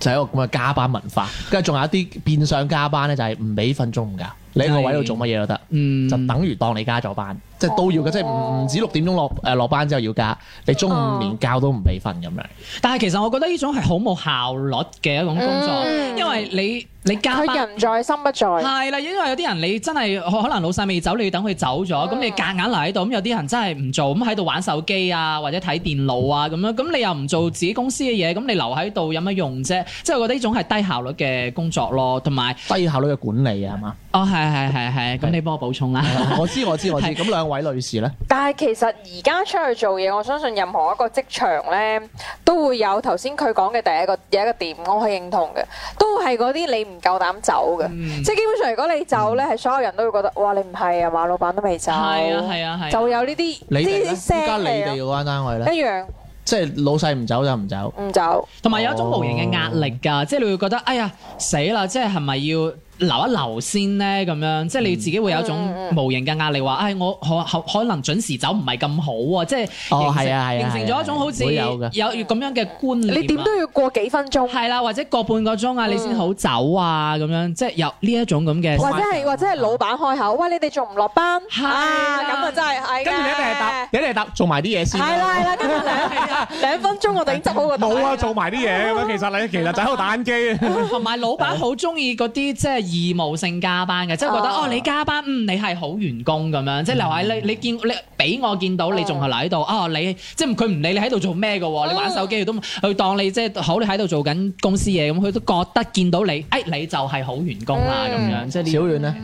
[SPEAKER 1] 就係、一個咁嘅加班文化。跟住仲有一啲變相加班咧，就係唔俾瞓中午假，你喺個位度做乜嘢都得。
[SPEAKER 2] 嗯
[SPEAKER 1] 就等於當你加咗班，即係都要嘅，即係唔唔止六點鐘落誒落班之後要加，你中午連覺都唔俾瞓咁樣。
[SPEAKER 2] 但係其實我覺得呢種係好冇效率嘅一種工作，因為你你加
[SPEAKER 3] 佢
[SPEAKER 2] 班。
[SPEAKER 3] 人在心不在。
[SPEAKER 2] 係啦，因為有啲人你真係可能老細未走，你要等佢走咗，咁、你夾硬留喺度，咁有啲人真係唔做，咁喺度玩手機啊，或者睇電腦啊咁樣，咁你又唔做自己公司嘅嘢，咁你留喺度有乜用啫？即係我覺得呢種係低效率嘅工作咯，同埋
[SPEAKER 1] 低效率嘅管理啊，係 *laughs* 嘛？
[SPEAKER 2] 哦係係係係，咁你幫我補充啦。
[SPEAKER 1] 我知我知我知。咁兩位女士咧，
[SPEAKER 3] 但係其實而家出去做嘢，我相信任何一個職場咧，都會有頭先佢講嘅第一個有一個點，我係認同嘅，都係嗰啲你唔夠膽走嘅。
[SPEAKER 2] 嗯
[SPEAKER 3] 即係基本上，如果你走咧，係所有人都會覺得，哇！你唔係啊嘛，老闆都未走，
[SPEAKER 2] 係啊係啊係啊
[SPEAKER 3] 就有呢啲
[SPEAKER 1] 你哋咧，
[SPEAKER 3] 呢
[SPEAKER 1] 依
[SPEAKER 3] 啲聲
[SPEAKER 1] 家你哋
[SPEAKER 3] 嚟
[SPEAKER 1] 嗰間單位
[SPEAKER 3] 啊
[SPEAKER 1] 咧，
[SPEAKER 3] 一樣
[SPEAKER 1] 即係老細唔走就唔走。
[SPEAKER 3] 唔走。
[SPEAKER 2] 同埋有一種無形嘅壓力
[SPEAKER 1] 哦
[SPEAKER 2] 㗎，即係你會覺得哎呀死啦，即係係咪要留一留先呢？咁樣即係
[SPEAKER 1] 嗯
[SPEAKER 2] 你自己會有一種無形嘅壓力，話唉、我可可可能準時走唔係咁好喎，即係形成
[SPEAKER 1] 哦係啊係啊
[SPEAKER 2] 形成咗一種好似
[SPEAKER 1] 會有嘅
[SPEAKER 2] 有咁樣嘅觀念啊，
[SPEAKER 3] 你點都要過幾分鐘，
[SPEAKER 2] 係啦，或者個半個鐘啊，你
[SPEAKER 1] 嗯
[SPEAKER 2] 先好走啊咁樣，即係有呢一種咁
[SPEAKER 3] 或
[SPEAKER 2] 嘅。
[SPEAKER 3] 者係或者係老闆開口，喂，你哋仲唔落班？
[SPEAKER 2] 係
[SPEAKER 3] 啊，
[SPEAKER 2] 啊
[SPEAKER 3] 咁啊真係係嘅。
[SPEAKER 1] 跟住你一定係答，你一定係答做埋啲嘢先。
[SPEAKER 3] 係啦係啦，跟
[SPEAKER 1] *laughs*
[SPEAKER 3] 住兩兩分鐘我哋已經執好個袋啦
[SPEAKER 5] 冇啊，做埋啲嘢咁樣。其實你其實就喺度打緊機。
[SPEAKER 2] 同埋老闆好中意嗰啲即係義務性加班嘅，即係覺得
[SPEAKER 3] 哦
[SPEAKER 2] 哦你加班，嗯你係好員工咁樣，即係留喺你你見你俾我見到你仲係留喺度，哦你即係佢唔理你喺度做咩嘅喎，你玩手機佢都唔佢當你即係好你喺度做緊公司嘢咁，佢都覺得見到你，哎你就係好員工啦咁樣，即係呢
[SPEAKER 1] 嗯小遠咧，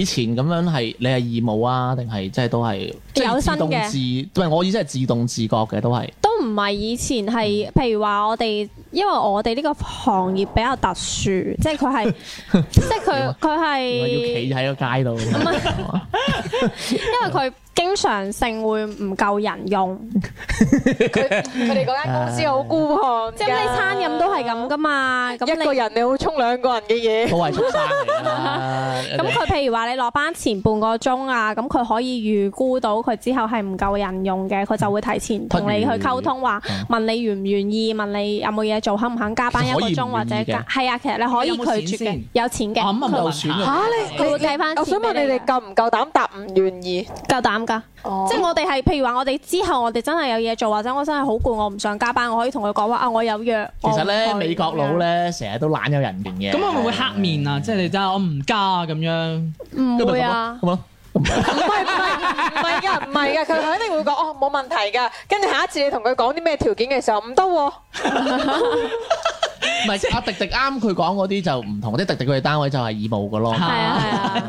[SPEAKER 1] 以前咁樣係你係義務啊，定係即係都係即係
[SPEAKER 4] 有薪
[SPEAKER 1] 自動
[SPEAKER 4] 嘅
[SPEAKER 1] 自，唔係我意思係自動自覺嘅都係。
[SPEAKER 4] 都唔係以前
[SPEAKER 1] 嗯
[SPEAKER 4] 係，譬如話我哋，因為我哋呢個行業比較特
[SPEAKER 1] *laughs*
[SPEAKER 4] 殊，即係佢係，即係佢佢
[SPEAKER 1] 啊要企
[SPEAKER 4] 係，
[SPEAKER 1] 啊喺個街度。
[SPEAKER 4] 因為佢經常性會唔夠人用，
[SPEAKER 3] 佢佢哋嗰間公司好孤寒㗎，
[SPEAKER 4] 即係你餐飲都係咁噶嘛。咁
[SPEAKER 3] 一個
[SPEAKER 4] 你
[SPEAKER 3] 人你好沖兩個人嘅嘢。
[SPEAKER 1] 都係畜生嚟啦。
[SPEAKER 4] 咁佢譬如話你落班前半個鐘啊，咁佢可以預估到佢之後係唔夠人用嘅，佢就會提前同你去溝通話，問你願唔願意，問你有冇嘢做，肯唔肯加班一個鐘
[SPEAKER 1] 其實嗯可以唔
[SPEAKER 4] 或者
[SPEAKER 1] 願意嘅
[SPEAKER 4] 加係啊，其實你可以拒絕嘅，有錢嘅，
[SPEAKER 2] 我咁啊
[SPEAKER 4] 佢
[SPEAKER 2] 冇
[SPEAKER 1] 有
[SPEAKER 2] 問
[SPEAKER 1] 選
[SPEAKER 2] 題
[SPEAKER 1] 嘅
[SPEAKER 3] 嚇
[SPEAKER 4] 佢
[SPEAKER 3] 你
[SPEAKER 4] 會
[SPEAKER 3] 你
[SPEAKER 4] 計翻
[SPEAKER 3] 我想
[SPEAKER 4] 錢俾
[SPEAKER 3] 問你
[SPEAKER 4] 你
[SPEAKER 3] 哋夠唔夠膽答唔願意？
[SPEAKER 4] 夠膽㗎。即係我哋係，譬如話我哋之後我哋真係有嘢做，或者我真係好攰，我唔想加班，我可以同佢講話啊，我有約。
[SPEAKER 1] 其實
[SPEAKER 4] 我
[SPEAKER 1] 咧，
[SPEAKER 4] 唔去
[SPEAKER 1] 美國佬，咧成日都懶有人緣嘅。
[SPEAKER 2] 咁我咪會黑面啊！即係你真係我唔加啊咁樣，
[SPEAKER 4] 唔
[SPEAKER 1] 咁咪
[SPEAKER 4] 會
[SPEAKER 1] 咁
[SPEAKER 4] 啊
[SPEAKER 1] 咯，。咁咯。
[SPEAKER 3] 唔係唔係唔係㗎，唔係㗎，佢佢一定會講哦冇問題㗎。跟住下一次你同佢講啲咩條件嘅時候，唔得喎。
[SPEAKER 1] 唔係阿迪迪啱佢講嗰啲就唔同，即係迪迪佢哋單位就係義務嘅咯，
[SPEAKER 4] 係啊係啊。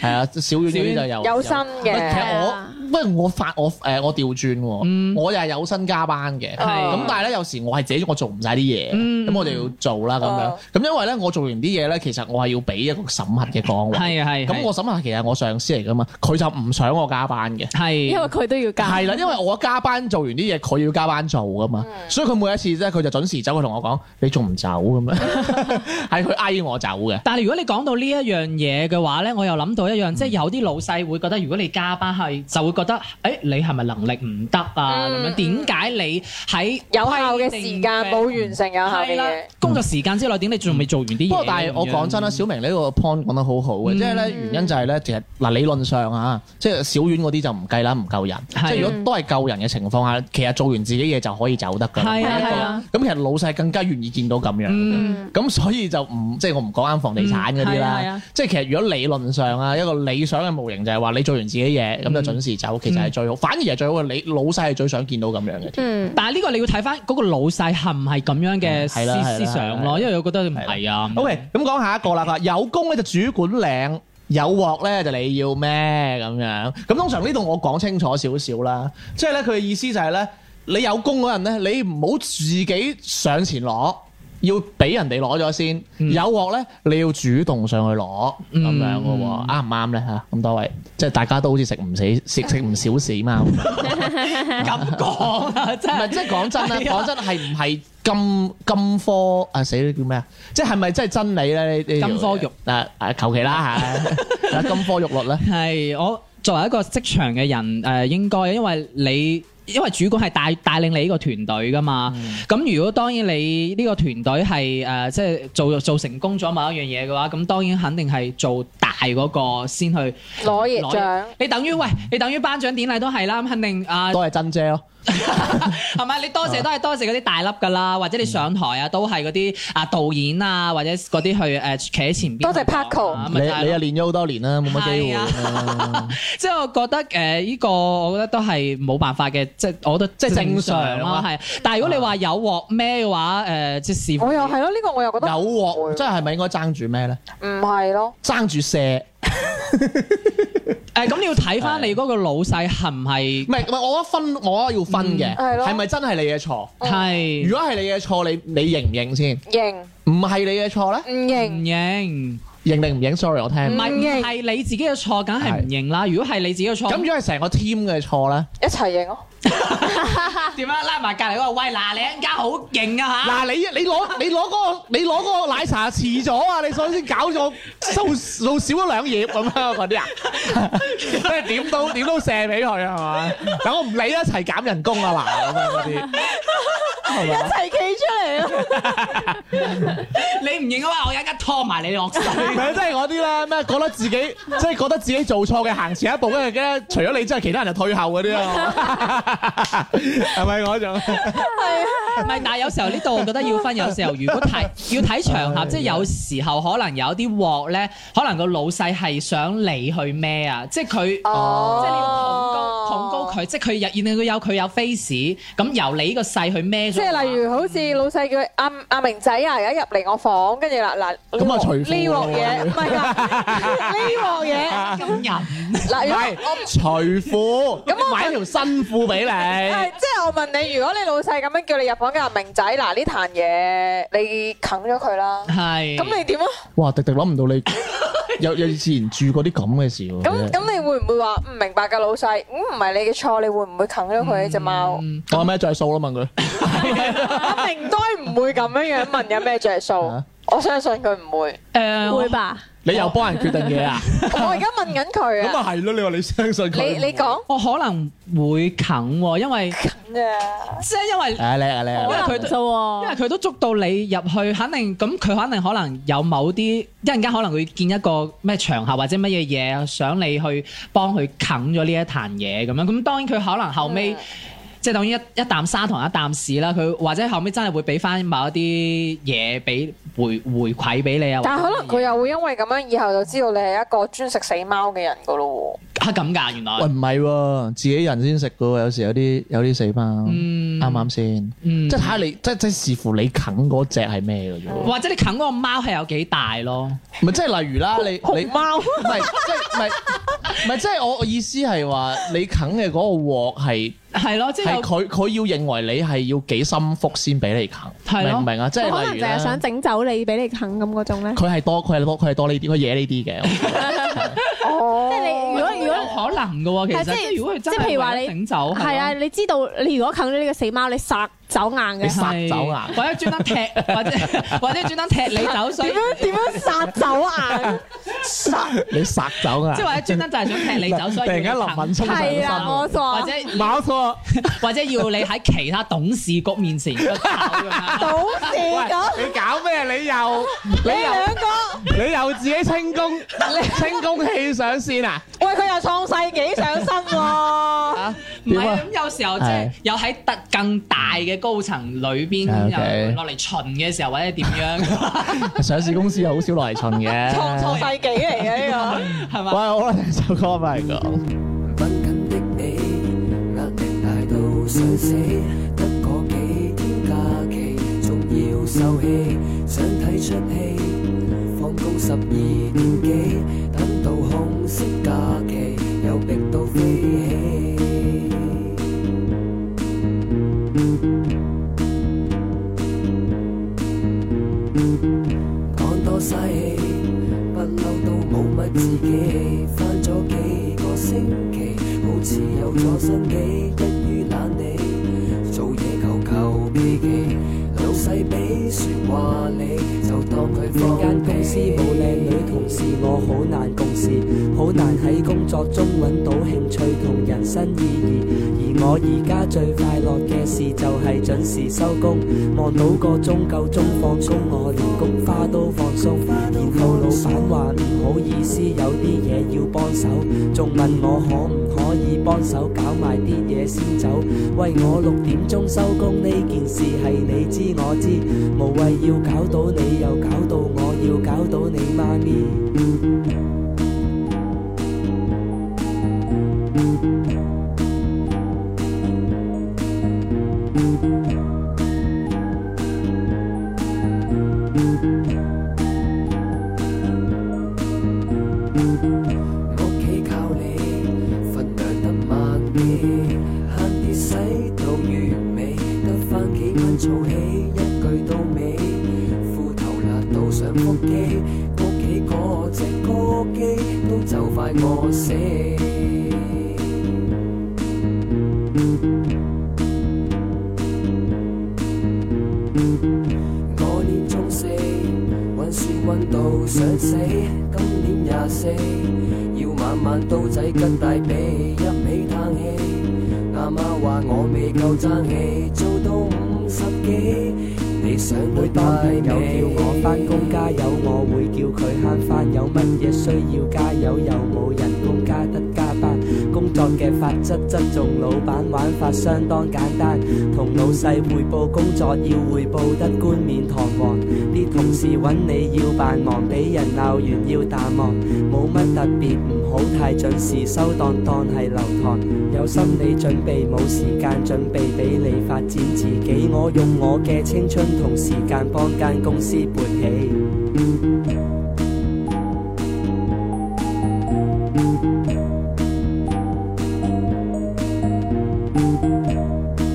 [SPEAKER 1] 係啊，小院嗰啲就有
[SPEAKER 3] 有薪嘅
[SPEAKER 1] 喂其實我
[SPEAKER 4] 啊
[SPEAKER 1] 不過我發我誒我調轉
[SPEAKER 2] 嗯
[SPEAKER 1] 喎，我又係有薪加班嘅，
[SPEAKER 3] 係
[SPEAKER 1] 咁但係咧有時我係自己我做唔晒啲嘢，
[SPEAKER 2] 嗯
[SPEAKER 1] 咁我就要做啦咁樣
[SPEAKER 3] 哦。
[SPEAKER 1] 咁因為咧我做完啲嘢咧，其實我係要俾一個審核嘅崗位，
[SPEAKER 2] 係啊係。
[SPEAKER 1] 咁我審核其實我上司嚟噶嘛，佢就唔想我加班嘅。
[SPEAKER 2] 係
[SPEAKER 4] 因為佢都要加。
[SPEAKER 1] 係啦，因為我加班做完啲嘢，佢要加班做噶嘛，
[SPEAKER 2] 嗯
[SPEAKER 1] 所以佢每一次咧，佢就準時走，佢同我講：你仲唔走咁樣？ *laughs* 係佢嗌我走嘅。
[SPEAKER 2] 但係如果你講到呢一樣嘢嘅話咧，我又諗到一樣，即係有啲老細會覺得，如果你加班係就會覺得，誒、你係咪能力唔得啊？咁、
[SPEAKER 3] 嗯
[SPEAKER 2] 樣點解你喺
[SPEAKER 3] 有效嘅時間冇完成有效嘅
[SPEAKER 2] 係啦
[SPEAKER 3] 嘢。
[SPEAKER 2] 工作時間之內點你仲未做完啲嘢？
[SPEAKER 1] 不過但係我講真啦，小明呢個 point 講得好好嘅，
[SPEAKER 2] 嗯
[SPEAKER 1] 即係咧原因就係咧，其實嗱理論上啊，即係小院嗰啲就唔計啦，唔夠人。即
[SPEAKER 2] 係
[SPEAKER 1] 係如果都係夠人嘅情況下，其實做完自己嘢就可以走得㗎啦。
[SPEAKER 2] 係啊
[SPEAKER 4] 係啊
[SPEAKER 2] 係啊，
[SPEAKER 1] 咁其實老細更加願意見到咁樣。
[SPEAKER 2] 嗯，
[SPEAKER 4] 嗯，
[SPEAKER 1] 咁所以就唔即係我唔講啱房地產嗰啲
[SPEAKER 2] 嗯係啊係
[SPEAKER 1] 啦
[SPEAKER 2] 啊，
[SPEAKER 1] 即係其實如果理論上啊，一個理想嘅模型就係話你做完自己嘢咁就準時走，其實係最好，反而係最好嘅。你老細係最想見到咁樣嘅。
[SPEAKER 4] 嗯，
[SPEAKER 2] 但係呢個你要睇翻嗰個老細係唔係咁樣嘅
[SPEAKER 1] 嗯係啦係
[SPEAKER 2] 思
[SPEAKER 1] 啦
[SPEAKER 2] 思想
[SPEAKER 1] 係
[SPEAKER 2] 咯，
[SPEAKER 1] 啦
[SPEAKER 2] 因為我覺得唔係啊。
[SPEAKER 1] OK，咁講下一個啦，佢話有功咧就主管領。有鑊咧就你要咩咁樣？咁通常呢度我講清楚少少啦，即係咧佢嘅意思就係咧，你有功嗰陣咧，你唔好自己上前攞，要俾人哋攞咗先。
[SPEAKER 2] 嗯
[SPEAKER 1] 有鑊咧，你要主動上去攞咁
[SPEAKER 2] 嗯
[SPEAKER 1] 樣嘅喎，啱唔啱咧嚇？咁多位，即係大家都好似食唔死食食唔少屎嘛。
[SPEAKER 2] 咁講啊，真
[SPEAKER 1] 唔係，
[SPEAKER 2] 係
[SPEAKER 1] 即係講真啦，
[SPEAKER 2] 係啊
[SPEAKER 1] 講真係唔係金金科啊死啦叫咩啊？即係係咪真係真理咧？呢呢條
[SPEAKER 2] 金科玉
[SPEAKER 1] 啊啊
[SPEAKER 2] *laughs*
[SPEAKER 1] 求其啦嚇，啊金科玉律咧，
[SPEAKER 2] 係我作為一個職場嘅人，誒、應該嘅因為你。因為主管係帶帶領你呢個團隊噶嘛，咁、如果當然你呢個團隊係誒即係做做成功咗某一樣嘢嘅話，咁當然肯定係做大嗰個先去
[SPEAKER 3] 攞嘢獎。
[SPEAKER 2] 你等於喂，你等於頒獎典禮都係啦，咁肯定啊
[SPEAKER 1] 都係真姐咯。
[SPEAKER 2] *laughs* 係咪？你多謝都係多謝嗰啲大粒㗎啦，或者你上台啊都係嗰啲啊導演啊或者嗰啲去誒企喺前邊
[SPEAKER 3] 多謝
[SPEAKER 2] 去講
[SPEAKER 3] Paco
[SPEAKER 2] 啊
[SPEAKER 1] 你
[SPEAKER 2] 咪
[SPEAKER 1] 你
[SPEAKER 2] 就係咯啊
[SPEAKER 1] 又練咗好多年啦，冇乜機會啊啦。
[SPEAKER 2] 即係我覺得誒依個，我覺得都係冇辦法嘅，即係我覺得即係正常
[SPEAKER 1] 正常
[SPEAKER 2] 咯，
[SPEAKER 1] 啊
[SPEAKER 2] 係。但係如果你話有鑊咩嘅話，誒即係視乎
[SPEAKER 3] 我又係咯，呢個我又覺
[SPEAKER 1] 有
[SPEAKER 3] 得
[SPEAKER 1] 鑊，真係係咪應該爭住咩咧？
[SPEAKER 3] 唔係咯。
[SPEAKER 1] 爭住射，
[SPEAKER 2] 誒咁你要睇翻你嗰個老細係唔係
[SPEAKER 1] 唔係唔係，我覺得分我覺得要分嘅，
[SPEAKER 3] 嗯係咯
[SPEAKER 1] 係咪真係你嘅錯？
[SPEAKER 2] 係
[SPEAKER 1] 如果係你嘅錯，你你認唔認先？
[SPEAKER 3] 型
[SPEAKER 1] 唔係你嘅錯咧，
[SPEAKER 3] 唔
[SPEAKER 2] 唔
[SPEAKER 3] 型？
[SPEAKER 2] 認？
[SPEAKER 1] 認定唔認？Sorry，我聽
[SPEAKER 2] 唔
[SPEAKER 1] 唔明。
[SPEAKER 2] 係
[SPEAKER 3] 唔認
[SPEAKER 2] 唔係你自己嘅錯，梗係唔
[SPEAKER 1] 係
[SPEAKER 2] 認啦。如果係你自己嘅錯，
[SPEAKER 1] 咁如果係成個 team 嘅錯咧？
[SPEAKER 3] 一齊型咯。
[SPEAKER 2] 點啊？拉埋隔離嗰個喂嗱，你一間好勁啊嚇！
[SPEAKER 1] *laughs* 嗱，你你攞你攞嗰個你攞嗰個奶茶遲咗啊！你所以先搞咗數數少咗兩頁咁樣嗰啲 *laughs* 啊，即係點都點都射俾佢係嘛？等我唔理啦，一齊減人工啊嗱咁樣嗰啲，係嘛？
[SPEAKER 3] 齊企出嚟咯。
[SPEAKER 2] 你唔認嘅話，我有一間拖埋你落水。
[SPEAKER 1] 咪即係嗰啲咧咩？覺得自己即係覺得自己做錯嘅行前一步，跟住咧除咗你之外，其他人就退後嗰啲啊， *laughs* 係咪嗰種？
[SPEAKER 2] 唔係，但係有時候呢度我覺得要分，有時候如果睇
[SPEAKER 3] *laughs*
[SPEAKER 2] 要睇
[SPEAKER 3] 啊
[SPEAKER 2] 場合，即係有時候可能有啲鑊咧，可能個老細係想你去孭啊，即係佢。
[SPEAKER 3] 哦
[SPEAKER 2] 即係你要捧高捧高。佢，即係佢有，然後佢有佢有 face，咁由你呢個勢去孭咗。
[SPEAKER 3] 即係例如好似老細叫阿阿明仔啊，而家入嚟我房，跟住嗱嗱，
[SPEAKER 1] 咁啊除褲
[SPEAKER 3] 呢鑊
[SPEAKER 1] 啊
[SPEAKER 3] 嘢唔係㗎，
[SPEAKER 1] *laughs*
[SPEAKER 3] 呢鑊嘢
[SPEAKER 2] 咁人，
[SPEAKER 3] 嗱，
[SPEAKER 1] 唔
[SPEAKER 3] 如
[SPEAKER 1] 係
[SPEAKER 3] 果我
[SPEAKER 1] 除褲，
[SPEAKER 3] 咁我
[SPEAKER 1] 買條新褲俾你。
[SPEAKER 3] 係即係係我問你，如果你老細咁樣叫你入房嘅阿明仔，嗱呢壇嘢你啃咗
[SPEAKER 2] *laughs*
[SPEAKER 3] 佢啦，
[SPEAKER 2] 係。
[SPEAKER 3] 咁你點啊？
[SPEAKER 1] 哇！迪迪諗唔到
[SPEAKER 3] *laughs*
[SPEAKER 1] 你有有以前住過啲咁嘅事喎。
[SPEAKER 3] 咁咁你會唔會話唔明白㗎老細？嗯咁唔係你嘅錯，你會唔會啃咗佢呢只貓？
[SPEAKER 2] 嗯
[SPEAKER 1] 我有咩再數啦？問佢
[SPEAKER 3] *laughs* 阿明都係唔會咁樣樣問有咩着數
[SPEAKER 1] 啊，
[SPEAKER 3] 我相信佢唔會。
[SPEAKER 2] 誒，
[SPEAKER 4] *laughs* 會吧？
[SPEAKER 1] 你又幫人決定嘢啊？
[SPEAKER 3] 我而家問緊佢
[SPEAKER 5] 咁
[SPEAKER 3] 啊，
[SPEAKER 5] 啊係咯，你話你相信
[SPEAKER 3] 你
[SPEAKER 5] 佢？
[SPEAKER 3] 你講
[SPEAKER 2] 我可能會啃喎，因為
[SPEAKER 3] 啫，
[SPEAKER 2] 即係因為
[SPEAKER 1] 誒叻啊叻啊！
[SPEAKER 2] 因為佢
[SPEAKER 4] 啫
[SPEAKER 2] 因為
[SPEAKER 4] 喎，
[SPEAKER 2] 佢都捉到你入去，肯定咁佢肯定可能有某啲一陣間可能會見一個咩場合或者乜嘢嘢，想你去幫佢啃咗呢一壇嘢咁樣。咁當然佢可能後尾、即係啊等於一一啖砂糖一啖屎啦，佢或者後尾真係會俾翻某一啲嘢俾回回饋俾你啊。
[SPEAKER 3] 但係
[SPEAKER 2] 或
[SPEAKER 3] 可
[SPEAKER 2] 者
[SPEAKER 3] 能佢
[SPEAKER 2] 乜嘢
[SPEAKER 3] 又會因為咁樣以後就知道你係一個專食死貓嘅人㗎咯
[SPEAKER 2] 啊咁㗎，原來
[SPEAKER 1] 喂，唔係喎，自己人先食嘅喎，有時有啲有啲死包，啱
[SPEAKER 2] 嗯
[SPEAKER 1] 唔啱先？
[SPEAKER 2] 嗯
[SPEAKER 1] 即係睇下你，即即視乎你啃嗰只係咩嘅啫喎。
[SPEAKER 2] 或者你啃嗰個貓係有幾大咯？
[SPEAKER 1] 唔係即係例如啦，你你
[SPEAKER 3] 喎。貓
[SPEAKER 1] 唔係即係唔係唔係即係我我意思係話你啃嘅嗰個鑊係
[SPEAKER 2] 係咯，即係
[SPEAKER 1] 係
[SPEAKER 2] 有
[SPEAKER 1] 佢佢要認為你係要幾心腹先俾你啃，
[SPEAKER 2] 係咯
[SPEAKER 1] 明唔明啊？即係
[SPEAKER 4] 佢可能
[SPEAKER 1] 例如
[SPEAKER 4] 淨係
[SPEAKER 1] 呢
[SPEAKER 4] 想整走你俾你啃咁嗰種咧。
[SPEAKER 1] 佢係多佢係多佢係多呢啲，佢惹呢啲嘅。
[SPEAKER 4] 即係你如果如
[SPEAKER 2] 有
[SPEAKER 4] 果
[SPEAKER 2] 可能嘅喎，其
[SPEAKER 4] 係
[SPEAKER 2] 實
[SPEAKER 4] 即係
[SPEAKER 2] 係如果佢真
[SPEAKER 4] 即係譬
[SPEAKER 2] 係
[SPEAKER 4] 如話
[SPEAKER 2] 為咗
[SPEAKER 4] 你
[SPEAKER 2] 整走係咯
[SPEAKER 4] 係啊，你知道你如果啃咗呢個死貓，你殺走硬
[SPEAKER 1] 你
[SPEAKER 4] 嘅
[SPEAKER 1] 殺。走啊
[SPEAKER 2] 係或者專登踢，或者或者專登踢你走，
[SPEAKER 4] *laughs*
[SPEAKER 2] 所以
[SPEAKER 3] 點樣點樣殺走硬？殺
[SPEAKER 1] 你殺走啊
[SPEAKER 2] 即！係或者專登就係想踢你走，所以
[SPEAKER 5] 突然間
[SPEAKER 2] 要你
[SPEAKER 5] 林
[SPEAKER 2] 行
[SPEAKER 5] 敏聰上
[SPEAKER 4] 係
[SPEAKER 5] 身
[SPEAKER 4] 啦，我
[SPEAKER 5] 喎，
[SPEAKER 4] 傻
[SPEAKER 2] 或。者
[SPEAKER 5] 冇錯。
[SPEAKER 2] *laughs* 或者要你喺其他董事局面前咁樣
[SPEAKER 3] 到事咁，
[SPEAKER 5] 喂，你搞咩？你又
[SPEAKER 3] 你兩個。
[SPEAKER 5] 你又自己清功，清功氣上線啊！
[SPEAKER 3] 喂，佢又創世紀上身喎、
[SPEAKER 2] 唔係
[SPEAKER 1] 點啊
[SPEAKER 2] 咁有時候即係
[SPEAKER 1] 係
[SPEAKER 2] 有喺特更大嘅高層裏邊
[SPEAKER 1] 係，OK
[SPEAKER 2] 又落嚟巡嘅時候，或者點樣 *laughs*
[SPEAKER 1] 上市公司又好少來巡嘅。
[SPEAKER 3] 創創世紀嚟嘅呢個。
[SPEAKER 2] 係
[SPEAKER 1] 喂，
[SPEAKER 2] 嘛？
[SPEAKER 1] 好啦，聽首歌翻嚟講。
[SPEAKER 6] 不近的你，壓力大到想死，得嗰幾天假期，仲要受氣，想睇出戲，放工十二點幾，等到空色假期，又逼到飛起。講多嘥氣，不嬲都冇乜自己。翻咗幾個星期，好似有咗新機，一於懶理，做嘢求求其其。老細俾説話你，就當佢放
[SPEAKER 7] 間公司冇靚女同事，我好難共事，好難喺工作中揾到興趣同人生意義。而我而家最快樂嘅事就係準時收工，望到個鐘夠鐘放工，我連菊花都放鬆。然後老闆話唔好意思，有啲嘢要幫手，仲問我可唔可以幫手搞埋啲嘢先走。喂，我六點鐘收工呢件事係你知我知，無謂要搞到你又搞到我，要搞到你媽咪。
[SPEAKER 6] 屋企靠你，份量得慢啲，慳啲使到月尾，得翻幾蚊儲起，一句到尾，褲頭辣到上腹肌，屋企嗰只歌機都就快餓死。我年中四，温書温到想死，今年廿四，要晚晚刀仔吉大髀，一味嘆氣。阿媽話我未夠爭氣，做到五十幾，你想
[SPEAKER 7] 每
[SPEAKER 6] 會
[SPEAKER 7] 當
[SPEAKER 6] 拜
[SPEAKER 7] 朋友叫
[SPEAKER 6] 你
[SPEAKER 7] 我翻工加油，我會叫佢慳翻。有乜嘢需要加油，又冇人工加得加班。工作嘅法則側重老闆玩法相當簡單，同老細匯報工作要匯報得冠冕堂皇。啲同事揾你要扮忙，俾人鬧完要淡忘，冇乜特別，唔好太準時收檔，當係流堂。有心理準備，冇時間準備俾你發展自己。我用我嘅青春同時間幫間公司勃起。
[SPEAKER 6] Hãy subscribe cho kênh Ghiền Mì Gõ Để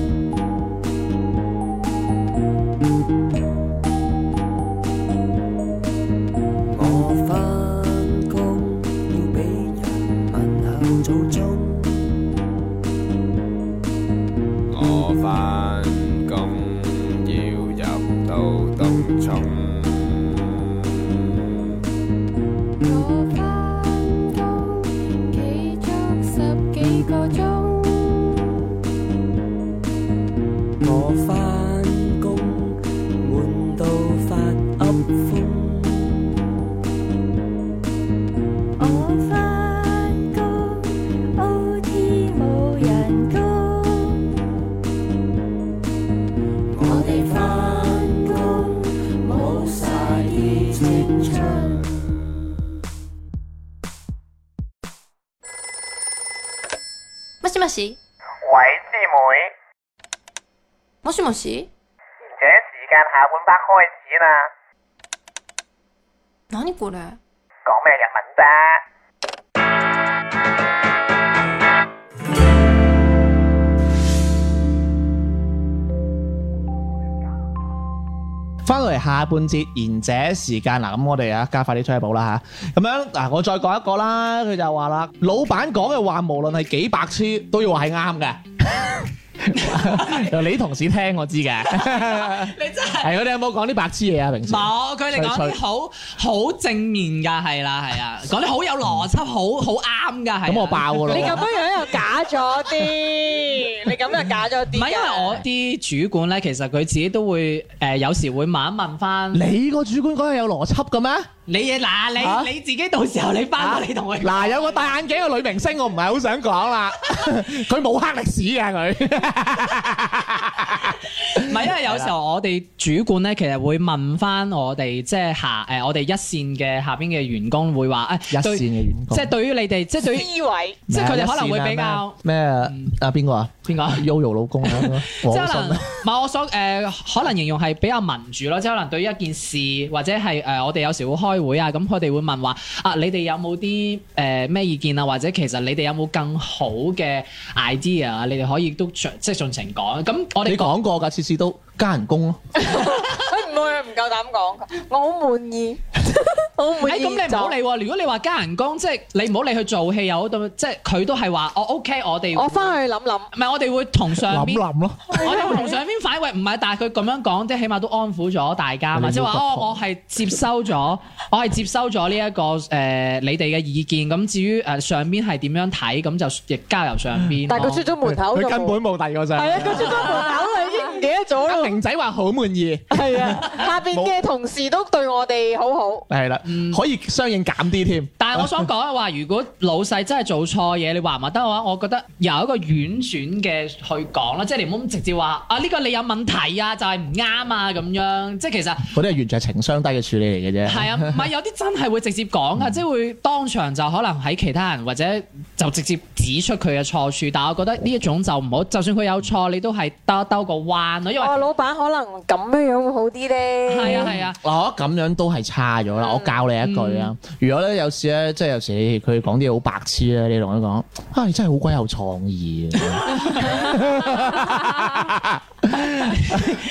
[SPEAKER 6] không bỏ lỡ
[SPEAKER 8] 返工要入到洞中。
[SPEAKER 9] 我返工企足十幾個鐘，
[SPEAKER 7] 我返工悶到發噏風，
[SPEAKER 9] 我返工 OT 冇人工，我哋返工冇晒啲青春。
[SPEAKER 10] もしもし
[SPEAKER 11] 喂，師妹，
[SPEAKER 10] もしもし
[SPEAKER 11] 而且時間下半 part 開始啦，
[SPEAKER 10] 何こ
[SPEAKER 11] 講
[SPEAKER 10] れ
[SPEAKER 11] 咩日文啫？
[SPEAKER 1] 翻到嚟下半節賢者時間嗱，咁我哋啊加快啲推一步啦吓，咁樣嗱，我再講一個啦，佢就話啦，老闆講嘅話無論係幾白痴都要話係啱嘅。由 *laughs* 你同事聽我知嘅，係
[SPEAKER 2] *laughs* 你真係。
[SPEAKER 1] 佢哋有冇講啲白痴嘢啊？平時
[SPEAKER 2] 冇，佢哋講
[SPEAKER 1] 脆
[SPEAKER 2] 啲
[SPEAKER 1] 脆
[SPEAKER 2] 好好正面㗎，係啦，係啊，講啲好有邏輯，好好啱㗎，係。啊
[SPEAKER 1] 咁我爆㗎咯
[SPEAKER 3] 你
[SPEAKER 1] 喎，
[SPEAKER 3] 咁樣又假咗 *laughs* 啲，你咁又假咗啲啊
[SPEAKER 2] 唔
[SPEAKER 3] 㗎。
[SPEAKER 2] 係因為我啲主管咧，其實佢自己都會誒、呃有時會問一問翻你
[SPEAKER 1] 你個主管講嘢有邏輯嘅咩？
[SPEAKER 2] 嘢嗱，你、
[SPEAKER 1] 啊
[SPEAKER 2] 你自己到時候你翻過嚟同佢
[SPEAKER 1] 嗱，有個戴眼鏡嘅女明星，我唔係好想講啦， *laughs* 佢冇黑歷史嘅佢，
[SPEAKER 2] 唔係，因為有時候我哋主管咧，其實會問翻我哋即係下誒、呃我哋一線嘅下邊嘅員工會話誒、對
[SPEAKER 1] 嘅員啊
[SPEAKER 2] 即係對於你哋，即係對於
[SPEAKER 3] 思維，
[SPEAKER 2] 即係佢哋可能會比較
[SPEAKER 1] 咩啊邊個啊
[SPEAKER 2] 邊個啊？
[SPEAKER 1] Yoyo
[SPEAKER 2] *laughs*
[SPEAKER 1] 老公啊，
[SPEAKER 2] 即係
[SPEAKER 1] 我好
[SPEAKER 2] 可
[SPEAKER 1] 信啊
[SPEAKER 2] 能唔係我所誒、呃可能形容係比較民主咯，即係可能對於一件事或者係誒、呃我哋有時會開會啊，咁佢哋會問話啊，你哋有冇啲誒咩意見啊？或者其實你哋有冇更好嘅 idea 啊？你哋可以都盡即係盡情講。咁我哋
[SPEAKER 1] 你
[SPEAKER 2] 講
[SPEAKER 1] 講過㗎，次次都加人工咯。
[SPEAKER 3] 佢唔會唔夠膽 *laughs* 講，我好滿意，
[SPEAKER 2] 誒哎咁你
[SPEAKER 3] 我好滿意。
[SPEAKER 2] 唔好理喎，如果你話加人工，即係你唔好理去做戲又好，到即係佢都係話我 OK，我哋
[SPEAKER 3] 就，我翻去諗諗。
[SPEAKER 2] 唔係我哋會同上邊。
[SPEAKER 1] 諗啊咯，
[SPEAKER 3] 啊
[SPEAKER 2] 我哋同上邊反喂，唔係，但係佢咁樣講，即係起碼都安撫咗大家嘛，
[SPEAKER 1] 你冇
[SPEAKER 2] 即係話
[SPEAKER 1] 突破
[SPEAKER 2] 哦，我係接收咗， *laughs* 我係接收咗呢一個誒、呃你哋嘅意見，咁至於誒、呃上邊係點樣睇，咁就亦交由上邊咯。
[SPEAKER 3] 但係佢出咗門口就
[SPEAKER 1] 佢
[SPEAKER 3] 冇
[SPEAKER 1] 根本冇第二個
[SPEAKER 3] 係
[SPEAKER 1] 仔。
[SPEAKER 3] 啊，佢出 *laughs* 咗門口啦，已經唔記得咗
[SPEAKER 1] 阿
[SPEAKER 3] 啦。
[SPEAKER 1] 明仔話好滿意，
[SPEAKER 3] 係啊，下邊嘅同事都對我哋好好。
[SPEAKER 1] 係啦，可以相應減啲添。
[SPEAKER 2] 嗯但係我想講嘅啊話，如果老細真係做錯嘢，你話唔話得嘅話，我覺得由一個婉轉嘅去講啦，即係你唔好咁直接話啊呢、個你有問題啊，就係唔啱啊咁樣。即係其實
[SPEAKER 1] 嗰啲係完全係情商低嘅處理嚟嘅啫。嗯
[SPEAKER 2] 係啊，唔係有啲真係會直接講啊噶，即係會當場就可能喺其他人或者就直接指出佢嘅錯處。但係我覺得呢一種就唔好，就算佢有錯，你都係兜兜個彎咯，因為
[SPEAKER 3] 哦，老闆可能咁樣樣會好啲咧。
[SPEAKER 2] 係啊係啊。
[SPEAKER 1] 嗱，我覺哦得咁樣都係差咗啦。我教你一句啊，如果咧有時咧，即係有時佢講啲嘢好白痴咧，你同佢講啊，你真係好鬼有創意啊！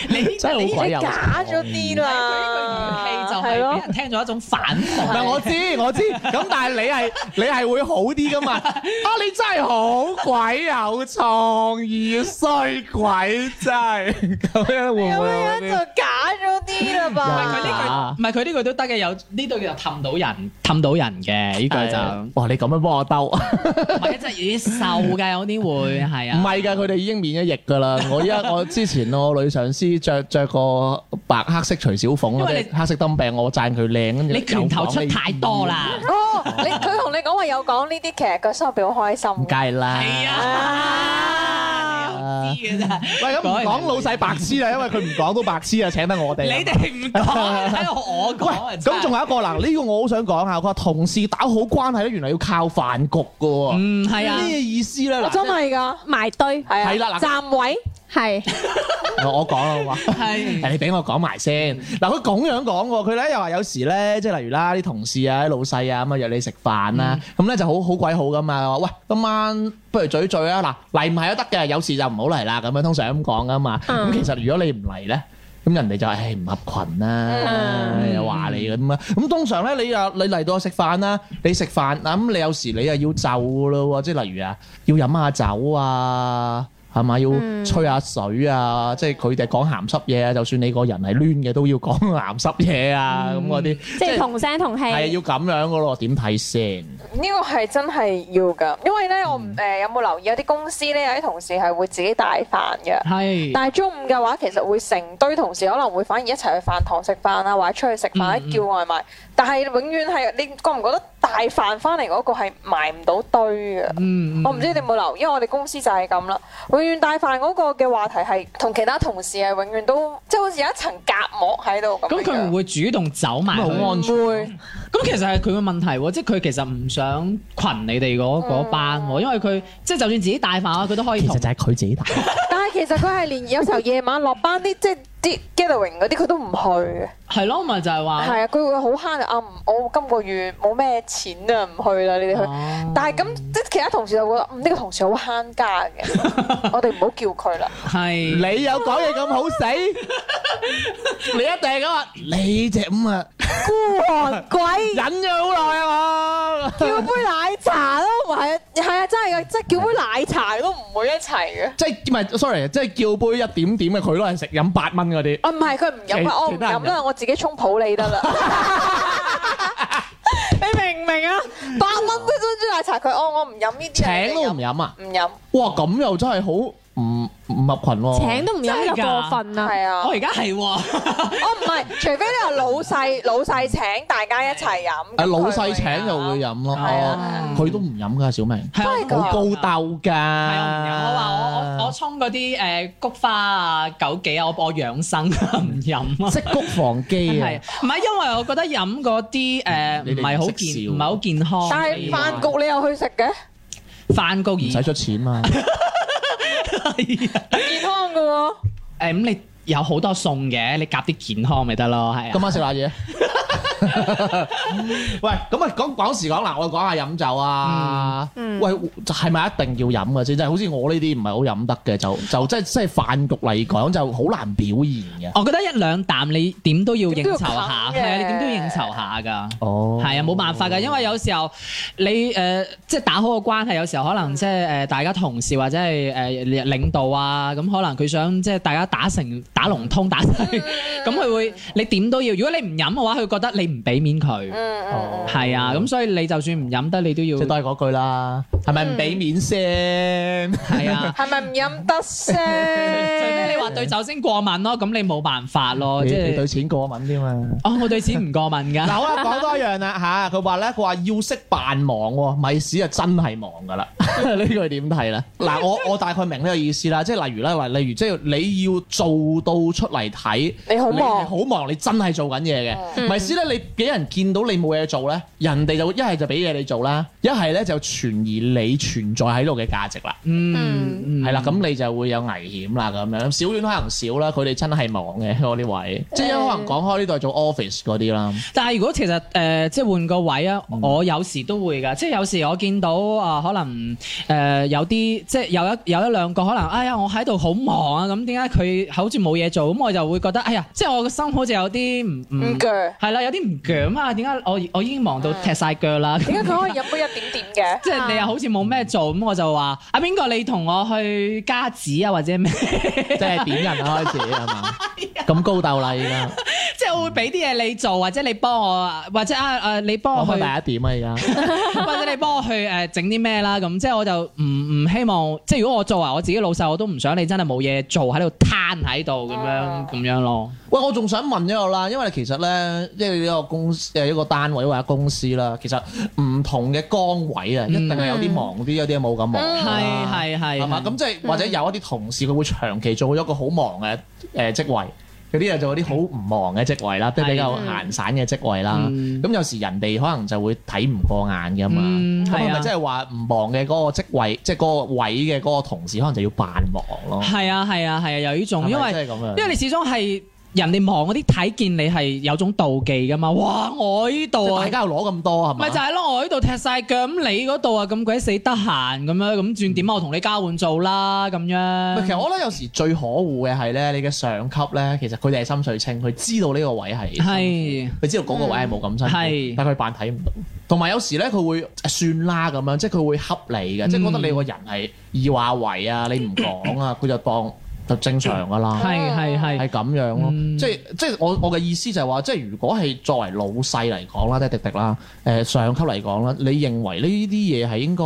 [SPEAKER 2] 你
[SPEAKER 1] 真係好鬼有創意
[SPEAKER 3] 假咗啲啦，
[SPEAKER 2] 氣就係
[SPEAKER 3] 嗯係
[SPEAKER 2] 俾
[SPEAKER 3] 咯
[SPEAKER 2] 人。聽咗一種反
[SPEAKER 1] 唔係
[SPEAKER 2] 諷。
[SPEAKER 1] 我知我知，咁但係你係你係會好啲噶嘛？啊，你真係好鬼有創意，衰鬼真係咁樣會唔
[SPEAKER 3] 咁
[SPEAKER 1] 會
[SPEAKER 3] 樣
[SPEAKER 1] 有啲？
[SPEAKER 3] 就假咗啲啦吧？
[SPEAKER 1] 啊
[SPEAKER 2] 唔係佢呢句都得嘅，有呢度叫做氹到人，氹到人嘅
[SPEAKER 1] *laughs*
[SPEAKER 2] 呢句就
[SPEAKER 1] 哇！你咁樣幫我兜，唔
[SPEAKER 2] 唔係真係有啲瘦㗎，有啲會係啊。
[SPEAKER 1] 係㗎，佢哋已經免咗疫㗎啦。我
[SPEAKER 2] *laughs*
[SPEAKER 1] 依家我之前我女上司着着個白黑色徐小鳳
[SPEAKER 2] 因
[SPEAKER 1] 嗰
[SPEAKER 2] 為
[SPEAKER 1] 啲黑色燈病，我讚佢靚，跟住
[SPEAKER 2] 你拳頭
[SPEAKER 1] 又
[SPEAKER 2] 出
[SPEAKER 1] 講呢
[SPEAKER 2] 太多啦，
[SPEAKER 3] 哦，
[SPEAKER 1] *laughs*
[SPEAKER 3] 你佢同你講話有講呢啲，其實個心入邊好開心
[SPEAKER 1] 唔。計啦。
[SPEAKER 2] 係
[SPEAKER 1] 啊
[SPEAKER 2] 啊，你又知嘅真係。
[SPEAKER 1] 喂，咁唔講老細白痴啦，因為佢唔講都白痴啊，請得我哋啊。
[SPEAKER 2] 你哋唔講，喺度我講
[SPEAKER 1] *laughs*
[SPEAKER 2] 啊！
[SPEAKER 1] 咁仲有一個嗱，呢個我好想講下，佢話同事打好關係咧，原來要靠飯局嘅喎。
[SPEAKER 2] 嗯係啊，
[SPEAKER 1] 咩意思咧？
[SPEAKER 3] 我真
[SPEAKER 1] 嗱，
[SPEAKER 3] 係㗎，
[SPEAKER 4] 埋堆
[SPEAKER 3] 係啊。
[SPEAKER 1] 係啦嗱
[SPEAKER 3] 站位
[SPEAKER 4] 係
[SPEAKER 1] 我講啦，好嘛？
[SPEAKER 2] 係
[SPEAKER 1] 係你俾我講埋先。嗱，佢咁樣講喎，佢咧又話有時咧，即係例如啦，啲同事啊、啲老細啊咁啊約你食飯啦，咁咧就好好鬼好噶嘛。話喂，今晚不如聚聚啊！嗱，嚟唔係都得嘅，有事就唔好嚟啦。咁樣通常咁講噶嘛。咁
[SPEAKER 4] 嗯
[SPEAKER 1] 其實如果你唔嚟咧，咁人哋就誒唔合群啦，
[SPEAKER 4] 嗯
[SPEAKER 1] 又話你咁啊。咁通常咧，你又你嚟到食飯啦，你食飯嗱咁，你有時你又要就咯喎，即係例如啊，要飲下酒啊。係咪要吹下水啊？即係佢哋講鹹濕嘢啊，就算你個人係攣嘅，都要講鹹濕嘢啊咁嗰啲，
[SPEAKER 4] 即係同聲同氣。
[SPEAKER 1] 係要咁樣噶咯，點睇先？
[SPEAKER 3] 呢個係真係要㗎，因為咧我
[SPEAKER 1] 嗯
[SPEAKER 3] 誒、呃有冇留意有啲公司咧有啲同事係會自己帶飯嘅，
[SPEAKER 2] 係
[SPEAKER 3] 但係中午嘅話其實會成堆同事可能會反而一齊去飯堂食飯啊，或者出去食飯，
[SPEAKER 1] 嗯
[SPEAKER 3] 或者叫外賣，但係永遠係你覺唔覺得帶飯翻嚟嗰個係埋唔到堆嘅？
[SPEAKER 2] 嗯
[SPEAKER 3] 我唔知你有冇留意，因為我哋公司就係咁啦。永遠帶飯嗰個嘅話題係同其他同事係永遠都即係好似有一層隔膜喺度咁
[SPEAKER 2] 咁
[SPEAKER 3] 樣。
[SPEAKER 2] 佢唔會主動走埋去，
[SPEAKER 1] 好安全
[SPEAKER 2] 咁其實係佢嘅問題喎，即係佢其實唔想群你哋
[SPEAKER 1] 嗯
[SPEAKER 2] 嗰嗰班喎，因為佢即係就算自己帶飯啊，佢都可以
[SPEAKER 1] 其
[SPEAKER 2] 同
[SPEAKER 1] 實就係佢自己打。
[SPEAKER 3] 但係其實佢係連有時候夜晚落班啲即係啲 gathering 嗰啲佢都唔去嘅，
[SPEAKER 2] 係咯，咪就係話
[SPEAKER 3] 係啊，佢會好慳啊！唔我今個月冇咩錢啊，唔去啦，你哋去。
[SPEAKER 2] 哦
[SPEAKER 3] 但係咁即係其他同事就會覺得，嗯呢、個同事好慳家嘅，我哋唔好叫佢 *laughs* 啦。
[SPEAKER 2] 係
[SPEAKER 1] 你有講嘢咁好死，你一定咁啊！你只五啊，
[SPEAKER 3] 孤寒鬼，
[SPEAKER 1] 忍咗好耐啊嘛！
[SPEAKER 3] 叫杯奶茶都唔係，係啊，真係嘅，即係叫杯奶茶都唔會一齊嘅。
[SPEAKER 1] 即係唔係？sorry，即係叫杯一點點嘅，佢都係食飲八蚊嗰啲。
[SPEAKER 3] 啊，唔係佢唔飲啊，
[SPEAKER 1] 其
[SPEAKER 3] 我唔
[SPEAKER 1] 其他人
[SPEAKER 3] 飲啦，
[SPEAKER 1] 飲
[SPEAKER 3] 我自己沖普洱
[SPEAKER 1] *laughs*
[SPEAKER 3] 得啦。你明唔明啊？八蚊杯珍珠奶茶，佢哦，我唔飲呢啲嘢。
[SPEAKER 1] 請都唔飲啊！
[SPEAKER 3] 唔飲，
[SPEAKER 1] 哇，咁又真係好唔唔合群喎。
[SPEAKER 4] 請都唔飲啊就
[SPEAKER 2] 真係㗎
[SPEAKER 4] 過分啦。
[SPEAKER 3] 係啊。
[SPEAKER 2] 哦我而家係喎，
[SPEAKER 3] 我唔係，除非你話老細老細請大家一齊飲。
[SPEAKER 1] 誒
[SPEAKER 3] 咁
[SPEAKER 1] 老
[SPEAKER 3] 佢
[SPEAKER 1] 細
[SPEAKER 3] 咪
[SPEAKER 1] 請就會飲咯，
[SPEAKER 2] 係
[SPEAKER 1] 哦佢都唔飲㗎，小明
[SPEAKER 2] 係我
[SPEAKER 3] 真係
[SPEAKER 1] 好
[SPEAKER 3] 㗎
[SPEAKER 1] 高鬥 *laughs* 㗎。係啊
[SPEAKER 2] 係啊我唔飲，我話我我我沖嗰啲誒菊花啊、枸杞啊，我我養生唔飲啊。 *laughs*
[SPEAKER 1] 識谷防機啊
[SPEAKER 2] 係，，唔係因為我覺得飲嗰啲誒
[SPEAKER 1] 嗯你
[SPEAKER 2] 唔
[SPEAKER 1] 哋
[SPEAKER 2] 係好
[SPEAKER 1] 唔識
[SPEAKER 2] 健
[SPEAKER 1] 笑
[SPEAKER 2] 唔係好健康。
[SPEAKER 3] 但係飯局你又去食嘅，
[SPEAKER 2] 飯局
[SPEAKER 1] 唔
[SPEAKER 2] 而
[SPEAKER 1] 使出錢嘛。
[SPEAKER 3] 健康嘅
[SPEAKER 2] 誒
[SPEAKER 3] 喎。
[SPEAKER 2] 咁你有好多餸嘅，你夾啲健康咪得咯，係
[SPEAKER 1] 今
[SPEAKER 2] 啊。
[SPEAKER 1] 晚食辣嘢。 *laughs* 喂，咁啊講講時講嗱，我哋講下飲酒啊。
[SPEAKER 4] 嗯嗯
[SPEAKER 1] 喂，係咪一定要飲嘅先？即係好似我呢啲唔係好飲得嘅，就就即係即係飯局嚟講就好難表現嘅。
[SPEAKER 2] 我覺得一兩啖你點都要應酬下，
[SPEAKER 3] 點都要冚嘅
[SPEAKER 2] 係啊，你點都要應酬下㗎。
[SPEAKER 1] 哦
[SPEAKER 2] 係啊，冇辦法㗎，因為有時候你誒、呃即係打好個關係，有時候可能即係誒大家同事或者係誒、呃、領導啊，咁可能佢想即係大家打成打龍通打晒，咁佢會你點都要，如果你唔飲嘅話，佢覺得你唔俾面佢，
[SPEAKER 3] 嗯嗯。
[SPEAKER 1] 哦
[SPEAKER 2] 係啊，咁所以你就算唔飲得，你都要
[SPEAKER 1] 即係都係嗰句啦，係咪唔俾面先？
[SPEAKER 2] 係啊。
[SPEAKER 3] 係咪唔飲得
[SPEAKER 1] *laughs*
[SPEAKER 3] 先？
[SPEAKER 2] 最尾你話對酒精過敏咯，咁你冇辦法咯，
[SPEAKER 1] 你
[SPEAKER 2] 即
[SPEAKER 1] 嗯你對
[SPEAKER 2] 係
[SPEAKER 1] 錢過敏添嘛？
[SPEAKER 2] 哦，我對錢唔過敏 *laughs* 㗎，
[SPEAKER 1] 嗱，好啦，講多一樣啦吓，佢話咧，佢話要識扮忙喎，米屎啊真係忙噶啦，呢句點睇咧？嗱，我我大概明呢個意思啦，即係例如咧，話例如即係你要做到出嚟睇，
[SPEAKER 3] 你好忙嗯
[SPEAKER 1] 係好忙，你真係做緊嘢嘅。米屎咧，你俾人見到你冇嘢做咧，人哋就一係就俾嘢你做啦，一係咧就存疑你存在喺度嘅價值啦，
[SPEAKER 2] 嗯，嗯
[SPEAKER 1] 係啦，咁你就會有危險啦咁樣。小院可能少啦，佢哋真係忙嘅嗰啲位，即係可能講開呢度係做 office 嗰啲啦。
[SPEAKER 2] 但係如果其實誒、呃即係換個位啊，我
[SPEAKER 1] 嗯
[SPEAKER 2] 有時都會㗎，即係有時我見到啊、可能誒、呃有啲即係有一有一兩個可能，哎呀，我喺度好忙啊，咁點解佢好似冇嘢做？咁我就會覺得，哎呀，即係我個心好似有啲唔
[SPEAKER 3] 唔
[SPEAKER 2] 唔
[SPEAKER 3] 鋸。
[SPEAKER 2] 係啦，有啲唔強啊，點解我我已經忙到踢晒腳啦？
[SPEAKER 3] 點解佢可以飲杯一點點
[SPEAKER 2] 即係你又好似冇咩做，咁我就話啊邊個你同我去加子啊或者咩？
[SPEAKER 1] 即係點人啦開始係 *laughs* 嘛？咁高鬥啦而家，
[SPEAKER 2] 即係我會俾啲嘢你做，或者你幫我啊，或者啊啊你幫我
[SPEAKER 1] 講
[SPEAKER 2] 去，
[SPEAKER 1] 翻第一點啊而
[SPEAKER 2] *laughs*
[SPEAKER 1] 家，
[SPEAKER 2] 或者你幫我去誒整啲咩啦咁。即係我就唔唔希望，即係如果我作為我自己老細，我都唔想你真係冇嘢做喺度攤喺度咁
[SPEAKER 1] 哦
[SPEAKER 2] 樣咁樣咯。
[SPEAKER 1] *laughs* 喂，我仲想問一個啦，因為其實咧，即係一個公司誒一個單位或者公司啦，其實唔同嘅崗位啊，一定係有啲忙啲，有啲冇咁忙啦，
[SPEAKER 2] 係係係
[SPEAKER 1] 嗯係嘛？嗯咁即係或者有一啲同事佢會長期做一個好忙嘅誒職位。有啲人做啲好唔忙嘅職位啦，即係比較
[SPEAKER 4] 係
[SPEAKER 1] 閒散嘅職位啦。
[SPEAKER 2] 嗯
[SPEAKER 1] 咁有時人哋可能就會睇唔過眼噶嘛。
[SPEAKER 2] 嗯
[SPEAKER 1] 咁係
[SPEAKER 2] 係
[SPEAKER 1] 咪
[SPEAKER 2] 啊
[SPEAKER 1] 即係話唔忙嘅嗰個職位，即係嗰個位嘅嗰個同事，可能就要扮忙咯？
[SPEAKER 2] 係啊係啊係啊，有呢種，因
[SPEAKER 1] 係咪
[SPEAKER 2] 為
[SPEAKER 1] 真係咁樣，
[SPEAKER 2] 因為你始終係人哋望嗰啲睇見你係有種妒忌噶嘛？哇！我呢度啊
[SPEAKER 1] 大家又攞咁多係嘛？
[SPEAKER 2] 咪就係咯，我呢度踢晒腳，咁你嗰度啊咁鬼死得閒咁樣，咁轉點啊？我同你交換做啦咁
[SPEAKER 1] 唔係
[SPEAKER 2] 樣。
[SPEAKER 1] 其實我覺得有時最可惡嘅係咧，你嘅上級咧，其實佢哋係心水清，佢知道呢個位係，
[SPEAKER 2] 係
[SPEAKER 1] 佢知道嗰個位係冇咁辛苦，
[SPEAKER 2] 係
[SPEAKER 1] 但係佢扮睇唔到。同埋有時咧，佢會呃算啦咁樣，即係佢會恰你嘅，即係覺得你個人係易話為啊，你唔講啊，佢就當就正常噶啦。
[SPEAKER 2] 係係係
[SPEAKER 1] 係咁樣咯，
[SPEAKER 3] 嗯
[SPEAKER 1] 即係即係我我嘅意思就係話，即係如果係作為老細嚟講啦，即係迪迪啦，誒、上級嚟講啦，你認為呢啲嘢係應該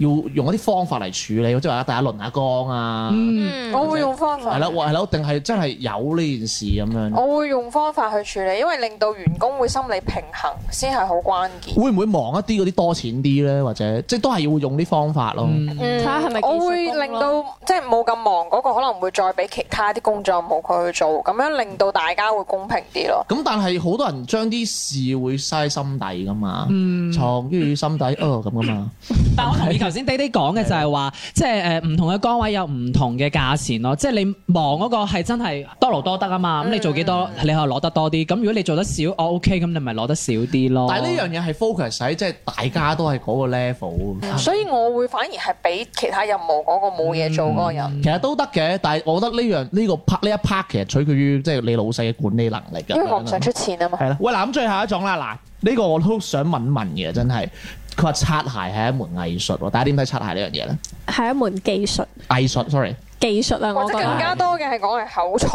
[SPEAKER 1] 要用一啲方法嚟處理，即係話大家輪下光啊，
[SPEAKER 3] 嗯我會用方法
[SPEAKER 1] 係。啦，喂係啦，定係真係有呢件事咁樣？
[SPEAKER 3] 我會用方法去處理，因為令到員工會心理平衡先係好關鍵。
[SPEAKER 1] 會唔會忙一啲嗰啲多錢啲咧，或者即係都係要用啲方法咯？
[SPEAKER 3] 睇
[SPEAKER 4] 下係咪技術
[SPEAKER 3] 嗯我會
[SPEAKER 4] 工咯
[SPEAKER 3] 令到即係冇咁忙嗰個，可能會再俾其他啲工作冇佢去做，咁樣令到大家會公平啲咯。
[SPEAKER 1] 咁但係好多人將啲事會嘥心底噶嘛，
[SPEAKER 2] 嗯
[SPEAKER 1] 藏於心底哦咁噶嘛。
[SPEAKER 2] 但我同意頭先 d a d 講嘅就係話，即係誒唔同嘅崗位有唔同嘅價錢咯。即係你忙嗰個係真係多勞多得啊嘛。
[SPEAKER 1] 嗯
[SPEAKER 2] 咁你做幾多，你係攞得多啲。咁如果你做得少，我 OK，咁你咪攞得少啲咯。
[SPEAKER 3] 哦
[SPEAKER 1] 但係呢樣嘢係 focus 喺即係大家都係嗰個 level。
[SPEAKER 3] 所以我會反而係俾其他任務嗰個冇嘢做嗰個人。
[SPEAKER 1] 其實都得嘅，但係我覺得呢樣呢個 part 呢一 part 其實取決於即係你老細嘅管理能力㗎。
[SPEAKER 3] 因為我唔想出錢啊嘛
[SPEAKER 1] 係。啦，喂嗱，咁最後一種啦，嗱呢個我都想問問嘅，真係佢話擦鞋係一門藝術喎，大家點睇擦鞋呢樣嘢咧？
[SPEAKER 4] 係一門技術，
[SPEAKER 1] 藝術，sorry，
[SPEAKER 4] 技術啊，
[SPEAKER 3] 或
[SPEAKER 4] 我
[SPEAKER 3] 者
[SPEAKER 4] 覺
[SPEAKER 3] 更
[SPEAKER 4] 得
[SPEAKER 3] 加多嘅係講係口才，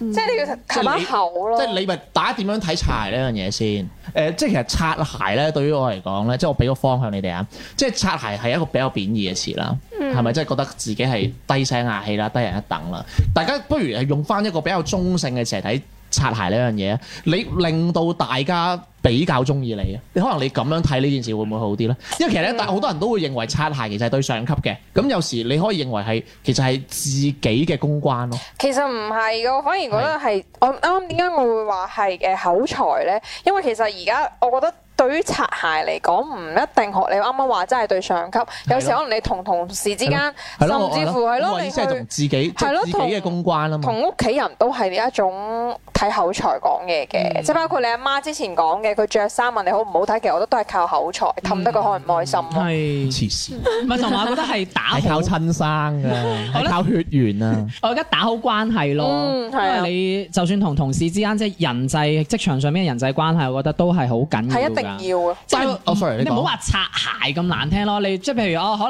[SPEAKER 3] 即係你要
[SPEAKER 1] 即
[SPEAKER 3] 係把口咯。
[SPEAKER 1] 即係你咪大家點樣睇擦鞋呢樣嘢先？誒、即係其實擦鞋咧，對於我嚟講咧，即係我俾個方向你哋啊，即係擦鞋係一個比較貶義嘅詞啦，係咪、即係覺得自己係低聲下氣啦，低人一等啦？大家不如係用翻一個比較中性嘅詞嚟睇擦鞋呢樣嘢，啊你令到大家。比較中意你啊！你可能你咁樣睇呢件事會唔會好啲咧？因為其實咧，但好多人都會認為擦鞋其實係對上級嘅，咁有時你可以認為係其實係自己嘅公關咯。
[SPEAKER 3] 其實唔係嘅，我反而覺得係我啱啱點解我會話係誒口才咧？因為其實而家我覺得。對於擦鞋嚟講，唔一定學你啱啱話，真係對上級。有時可能你同同事之間，
[SPEAKER 1] 係
[SPEAKER 3] 甚
[SPEAKER 1] 咯，
[SPEAKER 3] 至乎係嗯咯，你
[SPEAKER 1] 即係同
[SPEAKER 3] 去
[SPEAKER 1] 自己即
[SPEAKER 3] 係
[SPEAKER 1] 係
[SPEAKER 3] 咯
[SPEAKER 1] 自己嘅公關啊嘛。
[SPEAKER 3] 同屋企人都係一種睇口才講嘢嘅，即係包括你阿媽之前講嘅，佢着衫問你好唔好睇，其實我覺得都係靠口才氹得佢開唔開心咯。
[SPEAKER 2] 係
[SPEAKER 1] *laughs* 黐線，
[SPEAKER 3] 嗯
[SPEAKER 2] 唔係同埋我覺得係打好
[SPEAKER 1] 係靠親生
[SPEAKER 3] *laughs*
[SPEAKER 1] 㗎，係靠血緣啊。
[SPEAKER 2] 我而家打好關係咯，
[SPEAKER 3] 嗯係啊
[SPEAKER 2] 因為你就算同同事之間，即係人際職場上面嘅人際關係，我覺得都係好緊要
[SPEAKER 3] 嗯係
[SPEAKER 2] 㗎
[SPEAKER 3] 一定要啊，
[SPEAKER 2] 即係
[SPEAKER 1] 但哦，sorry，你
[SPEAKER 2] 你唔好
[SPEAKER 1] 講
[SPEAKER 2] 話擦鞋咁難聽咯，你即係譬如哦，可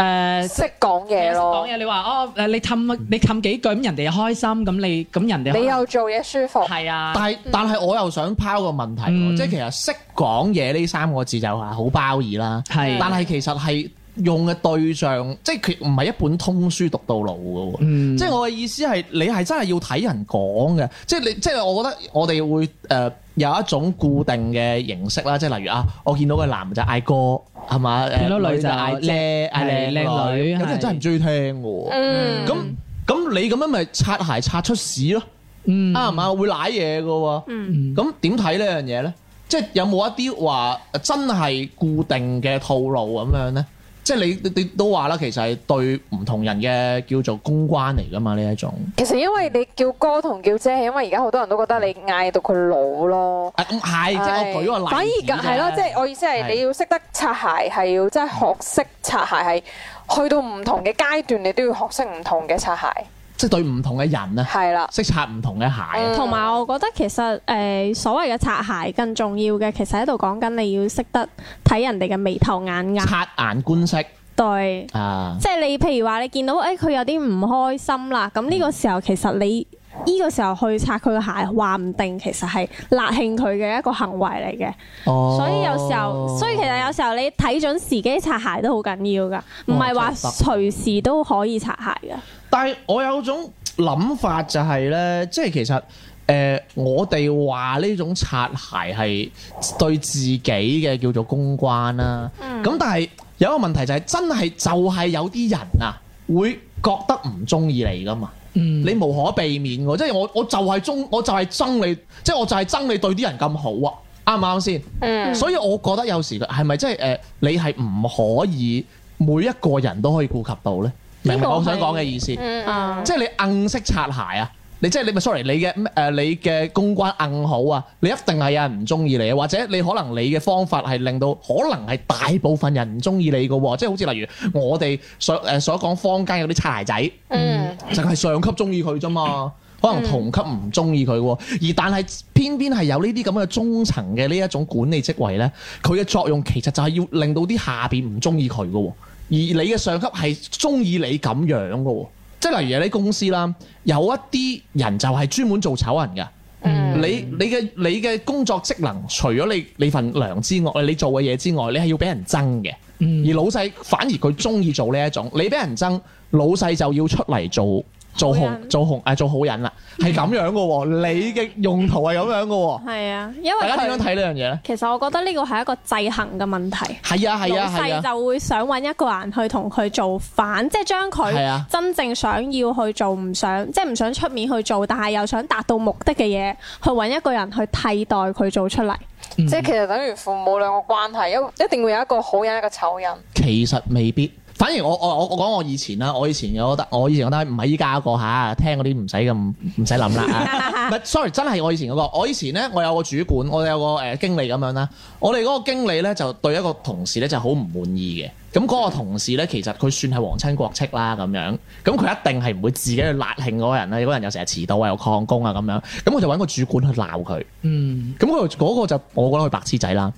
[SPEAKER 2] 能誒
[SPEAKER 3] 識講嘢
[SPEAKER 2] 講
[SPEAKER 3] 咯，
[SPEAKER 2] 嘢，你話哦誒，你氹你氹幾句，咁人哋又開心，咁你咁人哋可能
[SPEAKER 3] 你又做嘢舒服。
[SPEAKER 2] 係啊，
[SPEAKER 1] 但係但係我又想拋個問題
[SPEAKER 3] 嗯
[SPEAKER 1] 喎，即係其實識講嘢呢三個字就係好包義啦。
[SPEAKER 2] 係
[SPEAKER 1] 但係其實係用嘅對象，即係佢唔係一本通書讀到老嘅喎。
[SPEAKER 2] 嗯
[SPEAKER 1] 即係我嘅意思係，你係真係要睇人講嘅，即係你，即係我覺得我哋會誒、呃有一種固定嘅形式啦，即係例如啊，我見到個男就嗌哥係嘛，誒
[SPEAKER 2] 見到女
[SPEAKER 1] 就
[SPEAKER 2] 就
[SPEAKER 1] 嗌
[SPEAKER 2] 靚
[SPEAKER 1] 姐嗌
[SPEAKER 2] 係靚
[SPEAKER 1] 靚
[SPEAKER 2] 女
[SPEAKER 1] 女，有啲
[SPEAKER 2] 係
[SPEAKER 1] 人真係唔中意聽嘅喎。
[SPEAKER 3] 嗯，
[SPEAKER 1] 咁咁你咁樣咪擦鞋擦出屎咯，
[SPEAKER 2] 嗯
[SPEAKER 1] 啱唔啱？會舐嘢嘅喎。
[SPEAKER 4] 嗯
[SPEAKER 1] 咁點睇呢樣嘢咧？即係有冇一啲話真係固定嘅套路咁樣咧？即係你你你都話啦，其實係對唔同人嘅叫做公關嚟噶嘛呢一種。
[SPEAKER 3] 其實因為你叫哥同叫姐，係因為而家好多人都覺得你嗌到佢老咯。
[SPEAKER 1] 啊，咁係，即係我舉個例
[SPEAKER 3] 反而
[SPEAKER 1] 子
[SPEAKER 3] 㗎係咯，即係我意思係
[SPEAKER 1] 係
[SPEAKER 3] 你要識得擦鞋，係要真係學識擦鞋，係去到唔同嘅階段，你都要學識唔同嘅擦鞋，
[SPEAKER 1] 即係對唔同嘅人啊，
[SPEAKER 3] 係啦。
[SPEAKER 1] 識擦唔同嘅
[SPEAKER 3] 嗯
[SPEAKER 1] 鞋。啊
[SPEAKER 4] 同埋我覺得其實誒、呃所謂嘅擦鞋更重要嘅，其實喺度講緊你要識得睇人哋嘅眉頭眼額，
[SPEAKER 1] 察眼觀色
[SPEAKER 4] 對。
[SPEAKER 1] 啊，
[SPEAKER 4] 即係你譬如話你見到誒佢、有啲唔開心啦，咁呢個時候其實你呢個時候去擦佢嘅鞋，話唔定其實係辣興佢嘅一個行為嚟嘅。
[SPEAKER 1] 哦
[SPEAKER 4] 所以有時候，所以其實有時候你睇準時機擦鞋都好緊要
[SPEAKER 1] 哦
[SPEAKER 4] 噶，唔係話隨時都可以擦鞋噶。
[SPEAKER 1] 但係我有種諗法就係、咧，即係其實誒、呃我哋話呢種擦鞋係對自己嘅叫做公關啦。咁、但係有一個問題就係、真係就係有啲人啊，會覺得唔中意你噶嘛。
[SPEAKER 2] 嗯
[SPEAKER 1] 你無可避免喎，即係我我就係中，我就係憎你，即係我就係憎你對啲人咁好啊，啱唔啱先？
[SPEAKER 3] 嗯，
[SPEAKER 1] 所以我覺得有時係咪即係誒，你係唔可以每一個人都可以顧及到咧？明唔明
[SPEAKER 4] 呢個係
[SPEAKER 1] 我想講嘅意思？
[SPEAKER 3] 嗯，
[SPEAKER 4] 啊
[SPEAKER 1] 即係你硬式擦鞋啊！你即係你咪 sorry，你嘅誒、呃你嘅公關硬好啊，你一定係有人唔中意你，或者你可能你嘅方法係令到可能係大部分人唔中意你嘅喎，即係好似例如我哋所誒、呃所講坊間有啲擦鞋仔，
[SPEAKER 3] 嗯，
[SPEAKER 1] 就係上級中意佢啫嘛。可能同級唔中意佢喎，而但係偏偏係有呢啲咁嘅中層嘅呢一種管理職位咧，佢嘅作用其實就係要令到啲下邊唔中意佢嘅喎，而你嘅上級係中意你咁樣嘅喎，即係例如有啲公司啦，有一啲人就係專門做醜人嘅。
[SPEAKER 3] 嗯
[SPEAKER 1] 你你嘅你嘅工作職能，除咗你你份糧之外，你做嘅嘢之外，你係要俾人憎嘅。而老細反而佢中意做呢一種，你俾人憎，老細就要出嚟做做
[SPEAKER 4] 好
[SPEAKER 1] 紅
[SPEAKER 4] 人
[SPEAKER 1] 做紅誒啊做好人啦，係咁樣嘅喎。你嘅用途係咁樣嘅喎。
[SPEAKER 4] 係啊，因為
[SPEAKER 1] 大家點樣
[SPEAKER 4] 佢
[SPEAKER 1] 睇呢樣嘢咧？
[SPEAKER 4] 其實我覺得呢個係一個制衡嘅問題。
[SPEAKER 1] 係啊係
[SPEAKER 4] 老
[SPEAKER 1] 啊係
[SPEAKER 4] 細
[SPEAKER 1] 啊，
[SPEAKER 4] 就會想揾一個人去同佢做反，即係將
[SPEAKER 1] 係
[SPEAKER 4] 佢
[SPEAKER 1] 啊
[SPEAKER 4] 真正想要去做，唔想即係唔想出面去做，但係又想達到目的嘅嘢，去揾一個人去替代佢做出嚟。
[SPEAKER 1] 嗯
[SPEAKER 3] 即係其實等於父母兩個關係，一一定會有一個好人一個醜人。
[SPEAKER 1] 其實未必。反而我我我我講我以前啦，我以前有得我以前覺得唔係依家嗰個嚇，聽嗰啲唔使咁唔使諗啦啊。唔係，sorry，真係我以前嗰、個。我以前咧，我有個主管，我有個誒、呃、經理咁樣啦。我哋嗰個經理咧就對一個同事咧就好唔滿意嘅。咁嗰個同事咧，其實佢算係皇親國戚啦咁樣。咁佢一定係唔會自己去辣興嗰個人啦。嗰個人又成日遲到啊，又曠工啊咁樣。咁我就揾個主管去鬧佢。
[SPEAKER 2] 嗯，
[SPEAKER 1] 咁佢嗰個就我覺得佢白痴仔啦。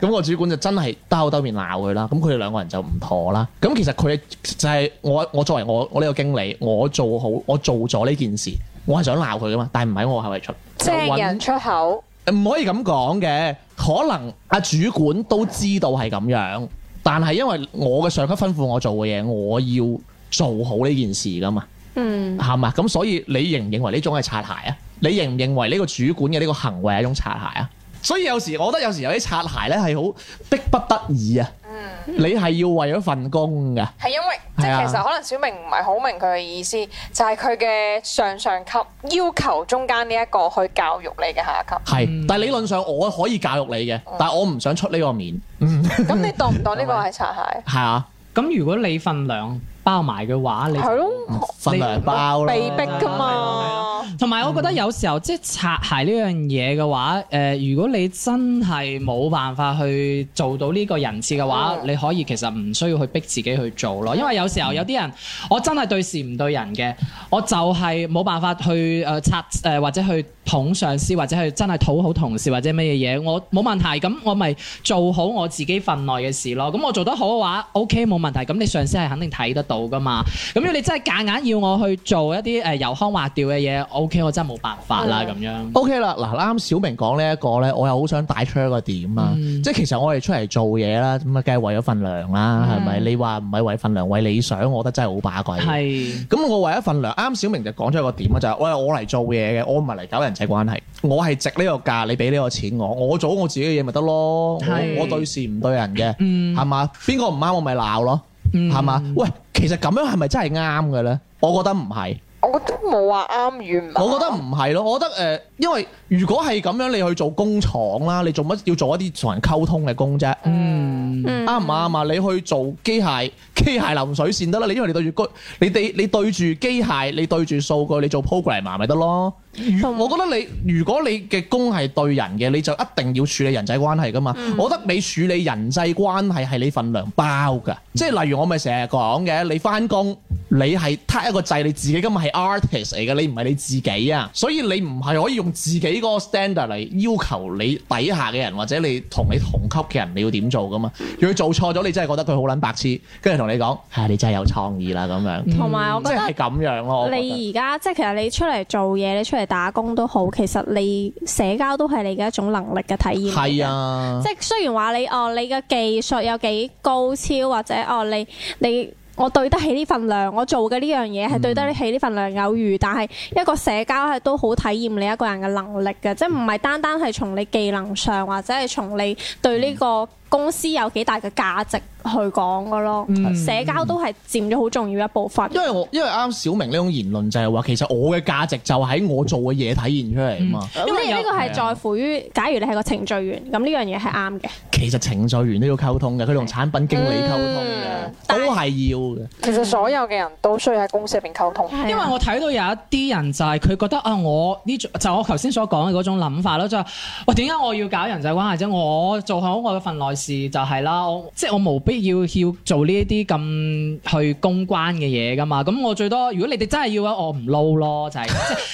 [SPEAKER 1] 咁個主管就真係兜口兜面鬧佢啦。咁佢哋兩個人就唔妥啦。咁其實佢就係我我作為我我呢個經理，我做好我做咗呢件事，我係想鬧佢噶嘛，但係唔喺我口位出，就
[SPEAKER 3] 正
[SPEAKER 1] 揾
[SPEAKER 3] 人出口，
[SPEAKER 1] 唔可以咁講嘅，可能阿主管都知道係咁樣，但係因為我嘅上級吩咐我做嘅嘢，我要做好呢件事噶嘛。
[SPEAKER 4] 嗯，
[SPEAKER 1] 係嘛？咁所以你認唔認為呢種係擦鞋啊？你認唔認為呢個主管嘅呢個行為係一種擦鞋啊？所以有時我覺得有時有啲擦鞋咧係好逼不得已啊！
[SPEAKER 3] 嗯
[SPEAKER 1] 你係要為咗份工㗎，
[SPEAKER 3] 係因為即
[SPEAKER 1] 係啊
[SPEAKER 3] 係其實可能小明唔係好明佢嘅意思，就係佢嘅上上級要求中間呢一個去教育你嘅下級。
[SPEAKER 1] 係。但係理論上我可以教育你嘅，
[SPEAKER 3] 哦
[SPEAKER 1] 但係我唔想出呢個面，
[SPEAKER 3] 咁你當唔當呢個係擦鞋？
[SPEAKER 1] *laughs* 嗯係啊，
[SPEAKER 2] 咁如果你份糧包埋嘅話，你
[SPEAKER 3] 係咯，
[SPEAKER 1] 份糧包啦。
[SPEAKER 3] 被逼㗎嘛。
[SPEAKER 2] 同埋我覺得有時候即係擦鞋呢樣嘢嘅話，誒、如果你真係冇辦法去做到呢個人設嘅話，你可以其實唔需要去逼自己去做咯，因為有時候有啲人我真係對事唔對人嘅，我就係冇辦法去誒、呃擦誒、或者去捧上司或者去真係討好同事或者乜嘢嘢，我冇問題，咁我咪做好我自己份內嘅事咯。咁我做得好嘅話，OK 冇問題，咁你上司係肯定睇得到噶嘛。咁如果你真係夾硬要我去做一啲誒油腔滑調嘅嘢，OK 我真係冇辦法啦咁
[SPEAKER 4] 啊
[SPEAKER 2] 樣。
[SPEAKER 1] O K 啦，嗱啱小明講呢一個咧，我又好想帶出一個點啊，即係其實我哋出嚟做嘢啦，咁啊梗係為咗份糧啦，係咪？你話唔係為份糧，為理想，我覺得真係好把鬼。
[SPEAKER 2] 係
[SPEAKER 1] 咁我為一份糧，啱小明就講咗一個點啊，就係、我係我嚟做嘢嘅，我唔係嚟搞人際關係，我係值呢個價，你俾呢個錢我，我做好我自己嘅嘢咪得咯，我
[SPEAKER 2] 係
[SPEAKER 1] 我對事唔對人嘅，
[SPEAKER 2] 嗯
[SPEAKER 1] 係嘛、邊個唔啱我咪鬧咯，係嘛、喂，其實咁樣係咪真係啱嘅咧？我覺得唔係。
[SPEAKER 3] 我覺得冇話啱與唔啱。
[SPEAKER 1] 我覺得唔係咯，我覺得誒、呃因為如果係咁樣，你去做工廠啦，你做乜要做一啲同人溝通嘅工啫？
[SPEAKER 2] 嗯
[SPEAKER 1] 啱唔啱啊？你去做機械，機械流水線得啦。你因為你對住個你哋你對住機械，你對住數據，你做 programmer 咪得咯。如我覺得你如果你嘅工係對人嘅，你就一定要處理人際關係噶嘛。我覺得你處理人際關係係你份糧包㗎，即係例如我咪成日講嘅，你翻工你係撻一個掣，你自己今日係 artist 嚟嘅，你唔係你自己啊，所以你唔係可以用自己嗰個 standard 嚟要求你底下嘅人或者你同你同級嘅人你要點做㗎嘛。如果佢做錯咗，你真係覺得佢好撚白痴，跟住同你講，係、你真係有創意啦咁樣，
[SPEAKER 4] 同埋我
[SPEAKER 1] 嗯即
[SPEAKER 4] 覺得
[SPEAKER 1] 係。咁樣咯。我覺得
[SPEAKER 4] 你而家即係其實你出嚟做嘢，你出嚟打工都好，其實你社交都係你嘅一種能力嘅體驗。
[SPEAKER 1] 係。啊
[SPEAKER 4] 即，係雖然話你哦，你嘅技術有幾高超，或者哦你你我對得起呢份糧，我做嘅呢樣嘢係對得起呢份糧有餘，但係一個社交係都好體驗你一個人嘅能力嘅，即係唔係單單係從你技能上，或者係從你對呢個公司有幾大嘅價值去講嘅咯。
[SPEAKER 1] 嗯
[SPEAKER 4] 社交都係佔咗好重要一部分。
[SPEAKER 1] 因為我因為啱小明呢種言論就係話，其實我嘅價值就喺我做嘅嘢體現出嚟啊嘛。
[SPEAKER 4] 咁你呢個係
[SPEAKER 1] 係
[SPEAKER 4] 在乎於，假如你係個程序員，咁呢樣嘢係啱嘅。
[SPEAKER 1] 其實程序員都要溝通嘅，佢同產品經理溝通嘅，
[SPEAKER 3] 嗯
[SPEAKER 1] 都係要嘅。
[SPEAKER 3] 其實所有嘅人都需要喺公司入邊溝通，
[SPEAKER 4] 啊
[SPEAKER 2] 因為我睇到有一啲人就係佢覺得啊，我呢種就我頭先所講嘅嗰種諗法咯，就係喂點解我要搞人際關係啫？我做好我嘅份內事就係啦，我即係我冇必要要做呢一啲咁去公關嘅嘢噶嘛。咁我最多如果你哋真係要嘅，啊我唔撈咯，就係、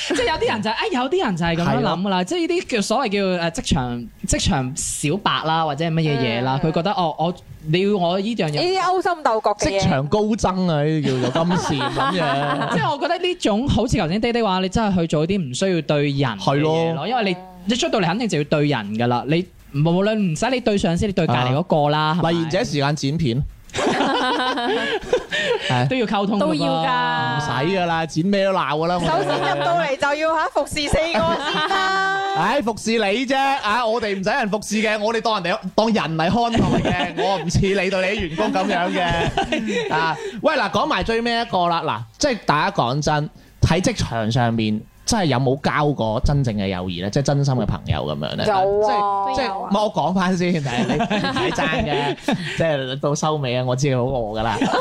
[SPEAKER 2] 即係即係有啲人就係、哎有啲人就係咁樣諗噶啦，即係呢啲叫所謂叫誒呃職場職場小白啦，或者係乜嘢嘢啦，佢、覺得哦我你要我呢樣
[SPEAKER 3] 呢
[SPEAKER 2] 嘢。
[SPEAKER 3] 啲勾心鬥角
[SPEAKER 1] 嗯
[SPEAKER 3] 嘅
[SPEAKER 1] 職
[SPEAKER 3] 嘢。
[SPEAKER 1] 場高增啊，呢啲叫做金線咁
[SPEAKER 3] *laughs*
[SPEAKER 1] 樣。
[SPEAKER 2] 即係我覺得呢種好似頭先爹爹話，你真係去做啲唔需要對人嘅
[SPEAKER 1] 係
[SPEAKER 2] 嘢
[SPEAKER 1] 咯
[SPEAKER 2] 咯，因為你你出到嚟肯定就要對人噶啦，你無論唔使你對上司，你對隔離嗰個啦，係咪
[SPEAKER 1] 例賢者時間剪片，
[SPEAKER 2] 都
[SPEAKER 1] 係
[SPEAKER 2] 要溝通㗎噃
[SPEAKER 4] 都要㗎
[SPEAKER 1] 唔使噶啦，剪咩都鬧噶啦。我哋
[SPEAKER 3] 首先入到嚟就要嚇服侍四個先啦。
[SPEAKER 1] 唉，服侍你啫，啊，我哋唔使人服侍嘅，我哋當人哋當人嚟看待嘅，我唔似你對你啲員工咁樣
[SPEAKER 3] *laughs*
[SPEAKER 1] 嘅，啊，喂，嗱，講埋最尾一個啦，嗱，即係大家講真，喺職場上面。真係有冇交過真正嘅友誼咧？即係真心嘅朋友咁樣咧？
[SPEAKER 3] 有
[SPEAKER 1] 即係
[SPEAKER 3] 啊，
[SPEAKER 1] 即係唔係我講翻先，但係
[SPEAKER 3] *laughs*
[SPEAKER 1] 你唔使爭嘅，即係到收尾啊！我知你好餓㗎
[SPEAKER 3] *laughs*
[SPEAKER 1] 啦。有時咧，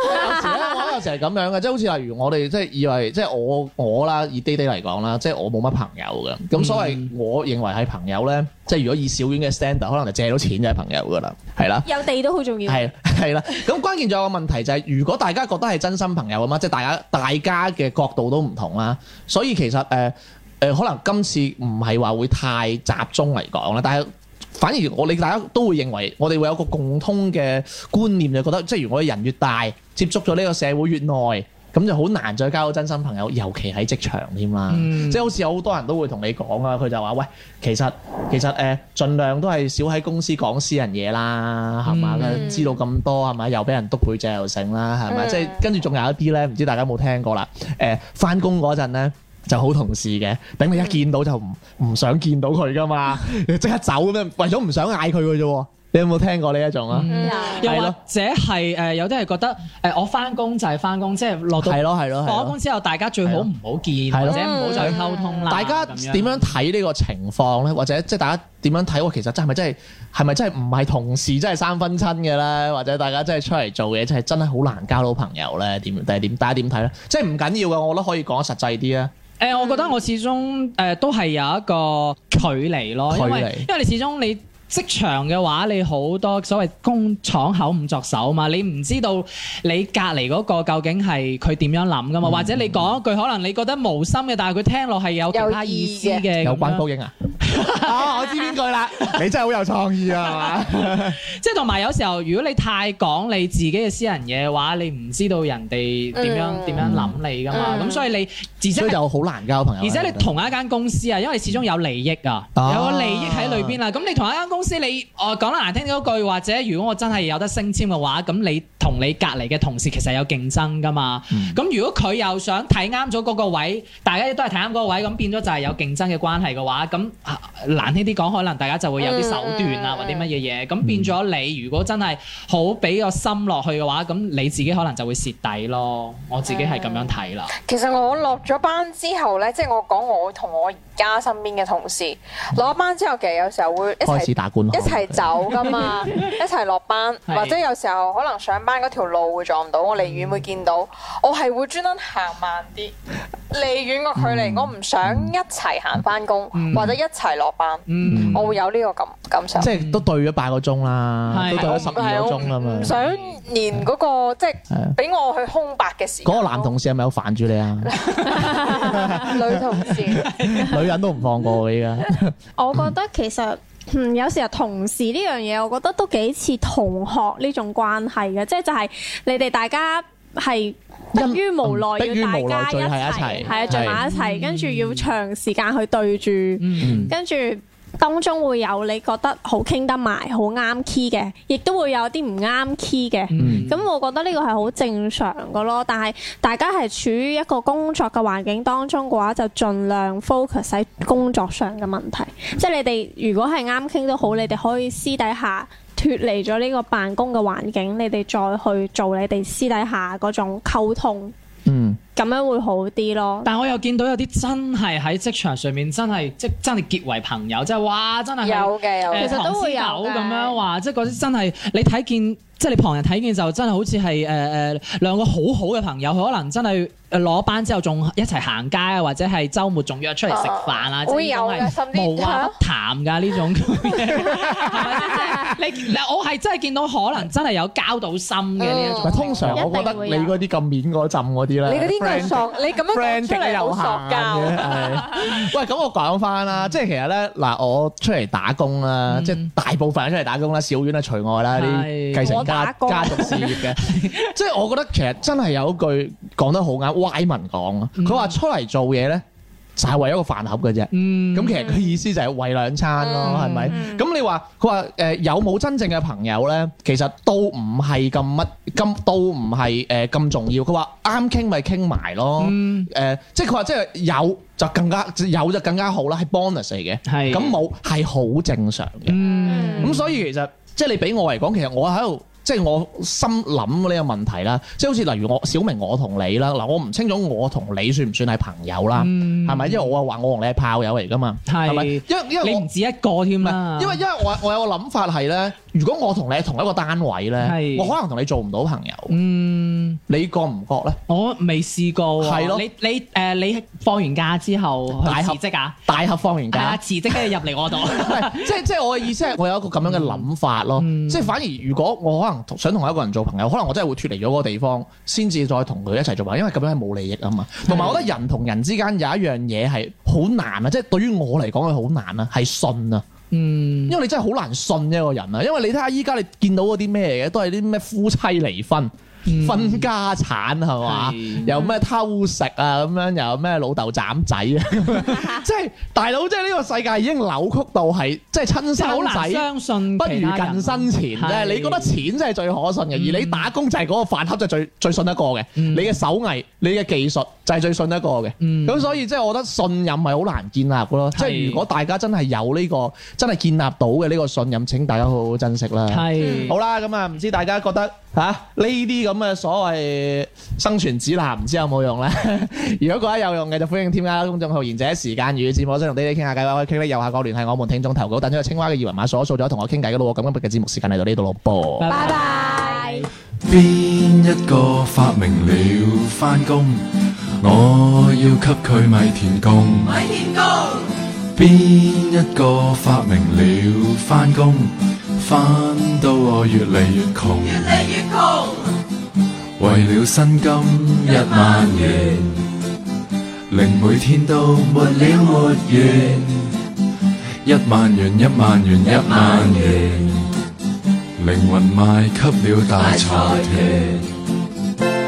[SPEAKER 1] 我有時係咁樣嘅，即係好似例如我哋即係以為即係我我啦，以爹爹嚟講啦，即係我冇乜朋友
[SPEAKER 3] 嗯
[SPEAKER 1] 嘅。咁所謂我認為係朋友咧，即係如果以小院嘅 standard，可能就借到錢就係朋友㗎啦，係啦。
[SPEAKER 4] 有地都好重要。
[SPEAKER 1] 係 *laughs* 係啦，咁關鍵仲有個問題就係、如果大家覺得係真心朋友啊嘛，即係大家大家嘅角度都唔同啦，所以其實誒誒、呃呃可能今次唔係話會太集中嚟講啦，但係。反而我哋大家都會認為，我哋會有個共通嘅觀念，就覺得即係如果人越大，接觸咗呢個社會越耐，咁就好難再交到真心朋友，尤其喺職場添啦。
[SPEAKER 2] 嗯
[SPEAKER 1] 即係好似有好多人都會同你講啊，佢就話：喂，其實其實誒、呃，盡量都係少喺公司講私人嘢啦，係嘛？
[SPEAKER 2] 嗯
[SPEAKER 1] 知道咁多係咪？又俾人督背脊又剩啦，係咪？
[SPEAKER 3] 嗯
[SPEAKER 1] 即係跟住仲有一啲咧，唔知大家有冇聽過啦？誒、翻工嗰陣咧。就好同事嘅，等你一見到就唔唔想見到佢
[SPEAKER 2] *laughs*
[SPEAKER 1] 噶嘛，你即刻走咁樣，為咗唔想嗌佢嘅啫喎。你有冇聽過呢一種啊？
[SPEAKER 2] 嗯又
[SPEAKER 1] 係
[SPEAKER 2] 或
[SPEAKER 1] 咯
[SPEAKER 2] 者係誒有啲係覺得呃誒我翻工就係翻工，即係落到
[SPEAKER 1] 係咯係咯係
[SPEAKER 2] 放咗
[SPEAKER 1] 咯
[SPEAKER 2] 工之後，大家最好唔好見，
[SPEAKER 1] 係
[SPEAKER 2] 或
[SPEAKER 1] 咯
[SPEAKER 2] 者唔好再溝通啦。
[SPEAKER 1] 大家
[SPEAKER 2] 啊咁樣
[SPEAKER 1] 點樣睇呢個情況咧？或者即係大家點樣睇？我其實真係咪真係係咪真係唔係同事真係三分親嘅咧？或者大家真係出嚟做嘢，真係真係好難交到朋友咧？點定係點？大家點睇咧？即係唔緊要嘅，我覺得可以講實際啲啊。
[SPEAKER 2] 誒、我覺得我始終誒、都係有一個距離咯，因為
[SPEAKER 1] 距離
[SPEAKER 2] 因為你始終你職場嘅話，你好多所謂工廠口唔作手嘛，你唔知道你隔離嗰個究竟係佢點樣諗噶嘛，或者你講一句可能你覺得無心嘅，但係佢聽落係有其他意思
[SPEAKER 3] 有意
[SPEAKER 2] 嘅，
[SPEAKER 1] 有
[SPEAKER 2] 咁樣
[SPEAKER 1] 關高英啊？啊，我知邊句啦！你真係好有創意啊，係嘛？
[SPEAKER 2] 即係同埋有時候，如果你太講你自己嘅私人嘢嘅話，你唔知道人哋點樣點、樣諗你噶嘛，咁、
[SPEAKER 3] 嗯
[SPEAKER 2] 所以你而且
[SPEAKER 1] 所以
[SPEAKER 2] 係
[SPEAKER 1] 就好難交朋友。
[SPEAKER 2] 而且你同一間公司啊，因為始終有利益啊，
[SPEAKER 1] 啊
[SPEAKER 2] 有個利益喺裏邊啦。啊咁你同一間公司，你我講得難聽嗰句，或者如果我真係有得升遷嘅話，咁你同你隔離嘅同事其實有競爭噶嘛。咁、如果佢又想睇啱咗嗰個位，大家都係睇啱嗰個位，咁變咗就係有競爭嘅關係嘅話，咁啊難聽啲講，可能大家就會有啲手段啊，
[SPEAKER 3] 嗯
[SPEAKER 2] 或者乜嘢嘢。咁變咗你如果真係好俾個心落去嘅話，咁你自己可能就會蝕底咯。我自己係咁樣睇啦。
[SPEAKER 3] 其實我落咗班之後呢，即係我講我同我而家身邊嘅同事落咗班之後，其實有時候會一
[SPEAKER 1] 開
[SPEAKER 3] 齊
[SPEAKER 1] 始打官
[SPEAKER 3] 一
[SPEAKER 1] 腔
[SPEAKER 3] 齊走噶
[SPEAKER 1] *laughs*
[SPEAKER 3] 嘛，一齊落班，
[SPEAKER 2] 係
[SPEAKER 3] 或者有時候可能上班嗰條路會撞到，我離遠會見到，我係會專登行慢啲，離遠個距
[SPEAKER 1] 嗯
[SPEAKER 3] 離，我唔想一齊行翻工或者一齊落班，
[SPEAKER 2] 嗯
[SPEAKER 3] 我會有呢個感感受
[SPEAKER 1] 即。係都對咗八個鐘啦，
[SPEAKER 2] 係
[SPEAKER 1] 都對咗
[SPEAKER 2] 我
[SPEAKER 1] 十二
[SPEAKER 3] 係
[SPEAKER 1] 個
[SPEAKER 3] 我
[SPEAKER 1] 鐘啦啊嘛
[SPEAKER 3] 唔。想連嗰個即係
[SPEAKER 1] 係啊
[SPEAKER 3] 俾我去空白嘅時間
[SPEAKER 1] 嗰
[SPEAKER 3] 咯。
[SPEAKER 1] 個男同事係咪有煩住你啊？
[SPEAKER 3] 女同事。
[SPEAKER 1] 女人都唔放過佢依家。
[SPEAKER 4] 我覺得其實。嗯，有時候同事呢樣嘢，我覺得都幾似同學呢種關係嘅，即係就係你哋大家係迫於無奈
[SPEAKER 1] 因
[SPEAKER 4] 要大
[SPEAKER 1] 嗯迫於無奈
[SPEAKER 4] 家
[SPEAKER 1] 聚喺一齊
[SPEAKER 4] 齊，係啊，聚埋一齊，跟住要長時間去對住，
[SPEAKER 1] 嗯
[SPEAKER 4] 跟住當中會有你覺得好傾得埋、好啱 key 嘅，亦都會有啲唔啱 key 嘅。
[SPEAKER 2] 嗯
[SPEAKER 4] 咁、我覺得呢個係好正常嘅咯，但係大家係處於一個工作嘅環境當中嘅話，就盡量 focus 喺工作上嘅問題。即係你哋如果係啱傾都好，你哋可以私底下脱離咗呢個辦公嘅環境，你哋再去做你哋私底下嗰種溝通，
[SPEAKER 1] 嗯，
[SPEAKER 4] 咁樣會好啲咯。
[SPEAKER 2] 但我又見到有啲真係喺職場上面真係即真係結為朋友，即係哇真係
[SPEAKER 3] 有嘅
[SPEAKER 1] *laughs*
[SPEAKER 3] 有嘅
[SPEAKER 2] 其
[SPEAKER 3] 其實
[SPEAKER 2] 實
[SPEAKER 3] 都
[SPEAKER 2] 都
[SPEAKER 3] 會
[SPEAKER 2] 會
[SPEAKER 3] 有
[SPEAKER 2] 有
[SPEAKER 3] 嘅
[SPEAKER 2] 咁樣話，即係嗰啲真係你睇見。即係你旁人睇見就真係好似係誒誒兩個好好嘅朋友，佢可能真係誒攞班之後仲一齊行街啊，或者係週末仲約出嚟食飯啊，即係
[SPEAKER 3] 哦會有嘅
[SPEAKER 2] 呢種係
[SPEAKER 3] 甚至
[SPEAKER 2] 無話不談㗎呢
[SPEAKER 3] *laughs*
[SPEAKER 2] 種。你嗱我係真係見到可能真係有交到心嘅哦呢一
[SPEAKER 1] 唔係
[SPEAKER 2] 種。
[SPEAKER 1] 通常我覺得你嗰啲咁面嗰陣嗰啲咧，
[SPEAKER 3] 你嗰啲應該係
[SPEAKER 1] friend
[SPEAKER 3] 塑，你咁樣
[SPEAKER 1] friend
[SPEAKER 3] 講出
[SPEAKER 1] 極
[SPEAKER 3] 嚟
[SPEAKER 1] 有
[SPEAKER 3] 好塑
[SPEAKER 1] 限
[SPEAKER 3] 膠。
[SPEAKER 1] 嘅，係。 *laughs* 喂，咁我講
[SPEAKER 2] 嗯
[SPEAKER 1] 翻啦，即係其實咧，嗱，我出嚟打工啦，即係大部分人出嚟打工啦，小院啊除外啦，啲
[SPEAKER 2] 係
[SPEAKER 1] 繼承
[SPEAKER 2] 我
[SPEAKER 1] 家
[SPEAKER 2] 打工
[SPEAKER 1] 家族事業嘅，
[SPEAKER 2] *laughs*
[SPEAKER 1] 即係我覺得其實真係有一句講得好啱，歪文講啊，佢
[SPEAKER 2] 嗯
[SPEAKER 1] 話出嚟做嘢咧。就係為一個飯盒嘅啫，
[SPEAKER 3] 嗯
[SPEAKER 2] 嗯
[SPEAKER 1] 咁其實佢意思就係為兩餐咯，係咪？咁你話佢話誒有冇真正嘅朋友咧？其實都唔係咁乜，咁都唔係誒咁重要。佢話啱傾咪傾埋咯，
[SPEAKER 2] 嗯
[SPEAKER 1] 誒、即係佢話即係有就更加有就更加好啦，係 bonus 嚟嘅。
[SPEAKER 2] 係嗯
[SPEAKER 1] 咁嗯冇係好正常嘅。咁、所以其實即係你俾我嚟講，其實我喺度。即係我心諗呢個問題啦，即係好似例如我小明我同你啦，嗱我唔清楚我同你算唔算係朋友啦，啊
[SPEAKER 2] 嗯
[SPEAKER 1] 係咪、因為我係話我同你係炮友嚟噶嘛，係咪？
[SPEAKER 2] 係，
[SPEAKER 1] 因為因為
[SPEAKER 2] 你
[SPEAKER 1] 我
[SPEAKER 2] 唔止一個添啊啦。
[SPEAKER 1] 因為因為我我有個諗法係咧，如果我同你係同一個單位咧，
[SPEAKER 2] 係
[SPEAKER 1] 我可能同你做唔到朋友，
[SPEAKER 2] 嗯，
[SPEAKER 1] 你覺唔覺咧？
[SPEAKER 2] 我未試過喎。
[SPEAKER 1] 係咯
[SPEAKER 2] 你你誒，你放完假之後
[SPEAKER 1] 大
[SPEAKER 2] 去
[SPEAKER 1] 合
[SPEAKER 2] 辭職啊？
[SPEAKER 1] 大合放完
[SPEAKER 2] 係啊，
[SPEAKER 1] 假，
[SPEAKER 2] 辭職跟住入嚟
[SPEAKER 1] *laughs*
[SPEAKER 2] 我度。
[SPEAKER 1] 即係即係我嘅意思係，我有一個咁樣嘅諗法咯。
[SPEAKER 2] 嗯
[SPEAKER 1] 即係反而如果我可能同想同一個人做朋友，可能我真係會脱離咗嗰個地方，先至再同佢一齊做朋友，因為咁樣係冇利益啊嘛。同埋我覺得人同人之間有一樣嘢係好難啊，即係對於我嚟講係好難啊，係信啊。
[SPEAKER 2] 嗯，
[SPEAKER 1] 因為你真係好難信一個人啊，因為你睇下依家你見到嗰啲咩嘅，都係啲咩夫妻離婚。分家產係嘛？
[SPEAKER 2] 嗯係
[SPEAKER 1] 又咩偷食啊咁樣，又咩老豆斬仔啊咁樣，即係大佬，即係呢個世界已經扭曲到係，即係親
[SPEAKER 2] 即係好
[SPEAKER 1] 生
[SPEAKER 2] 難
[SPEAKER 1] 仔
[SPEAKER 2] 相信啊
[SPEAKER 1] 不
[SPEAKER 2] 其他
[SPEAKER 1] 如
[SPEAKER 2] 人啊
[SPEAKER 1] 近身前咧。
[SPEAKER 2] 係嗯
[SPEAKER 1] 你覺得錢真係最可信嘅，而你打工就係嗰個飯盒就最最信得過嘅。你嘅手藝、你嘅技術就係最信得過嘅。
[SPEAKER 2] 嗯
[SPEAKER 1] 咁所以即係我覺得信任係好難建立嘅咯。即係如果大家真係有呢個真係建立到嘅呢個信任，請大家好好珍惜啦。
[SPEAKER 2] 係
[SPEAKER 1] 好啦，咁啊，唔知大家覺得嚇呢啲咁嘅所謂生存指南，唔知有冇用咧？ *laughs* 如果覺得有用嘅，就歡迎添加公眾號賢者時間與節目，想同 D D 傾下偈嘅話，可以傾咧右下角聯繫我們聽眾投稿，等咗個青蛙嘅二維碼掃一掃咗，同我傾偈嘅咯喎。咁今日嘅節目時間嚟到呢度咯噃。
[SPEAKER 9] 拜
[SPEAKER 4] 拜。
[SPEAKER 12] 邊一個發明了返工？我要給佢米田共。邊一個發明了返工？返到我越嚟越窮。為了薪金一萬元，令每天都沒了沒完。一萬元，一萬元，一萬元。靈魂賣給了大財團。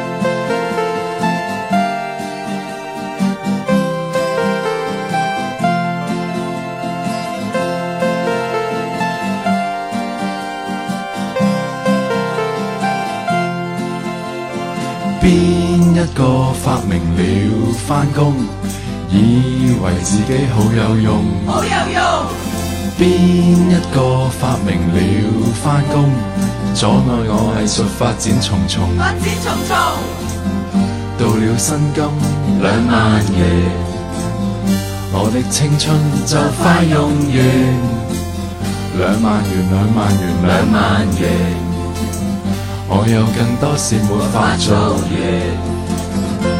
[SPEAKER 12] 邊一個發明了返工，以為自己好有用？邊一個發明了返工，阻礙我藝術發展重重。到了薪金兩萬元，我的青春就快用完。兩萬元，兩萬元，兩萬元，我有更多事沒法做完。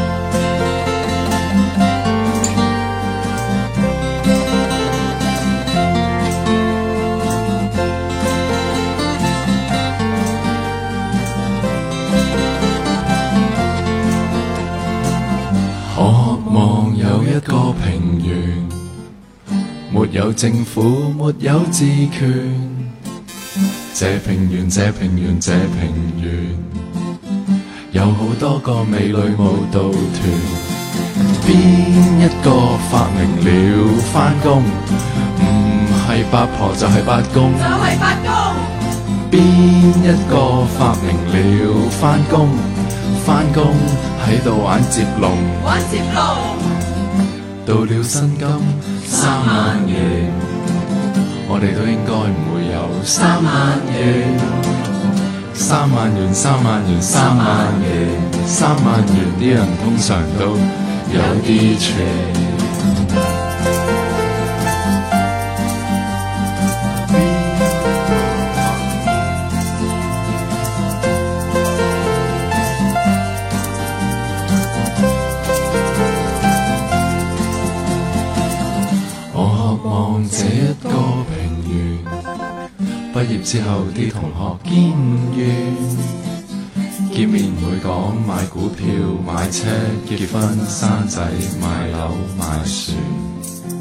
[SPEAKER 12] 可望有一個平原，沒有政府，沒有治權。這平原，這平原，這平原，有好多個美女舞蹈團。邊一個發明了返工？唔係八婆就係八公。邊一個發明了返工？返工喺度玩接龍，到了薪金三萬元，我哋都應該唔會有三萬元。三萬元，三萬元，三萬元，三萬元啲人通常都有啲邪。我渴望這一個平原，畢業之後啲同學見面，見面會講買股票、買車、結婚、生仔、買樓、買船。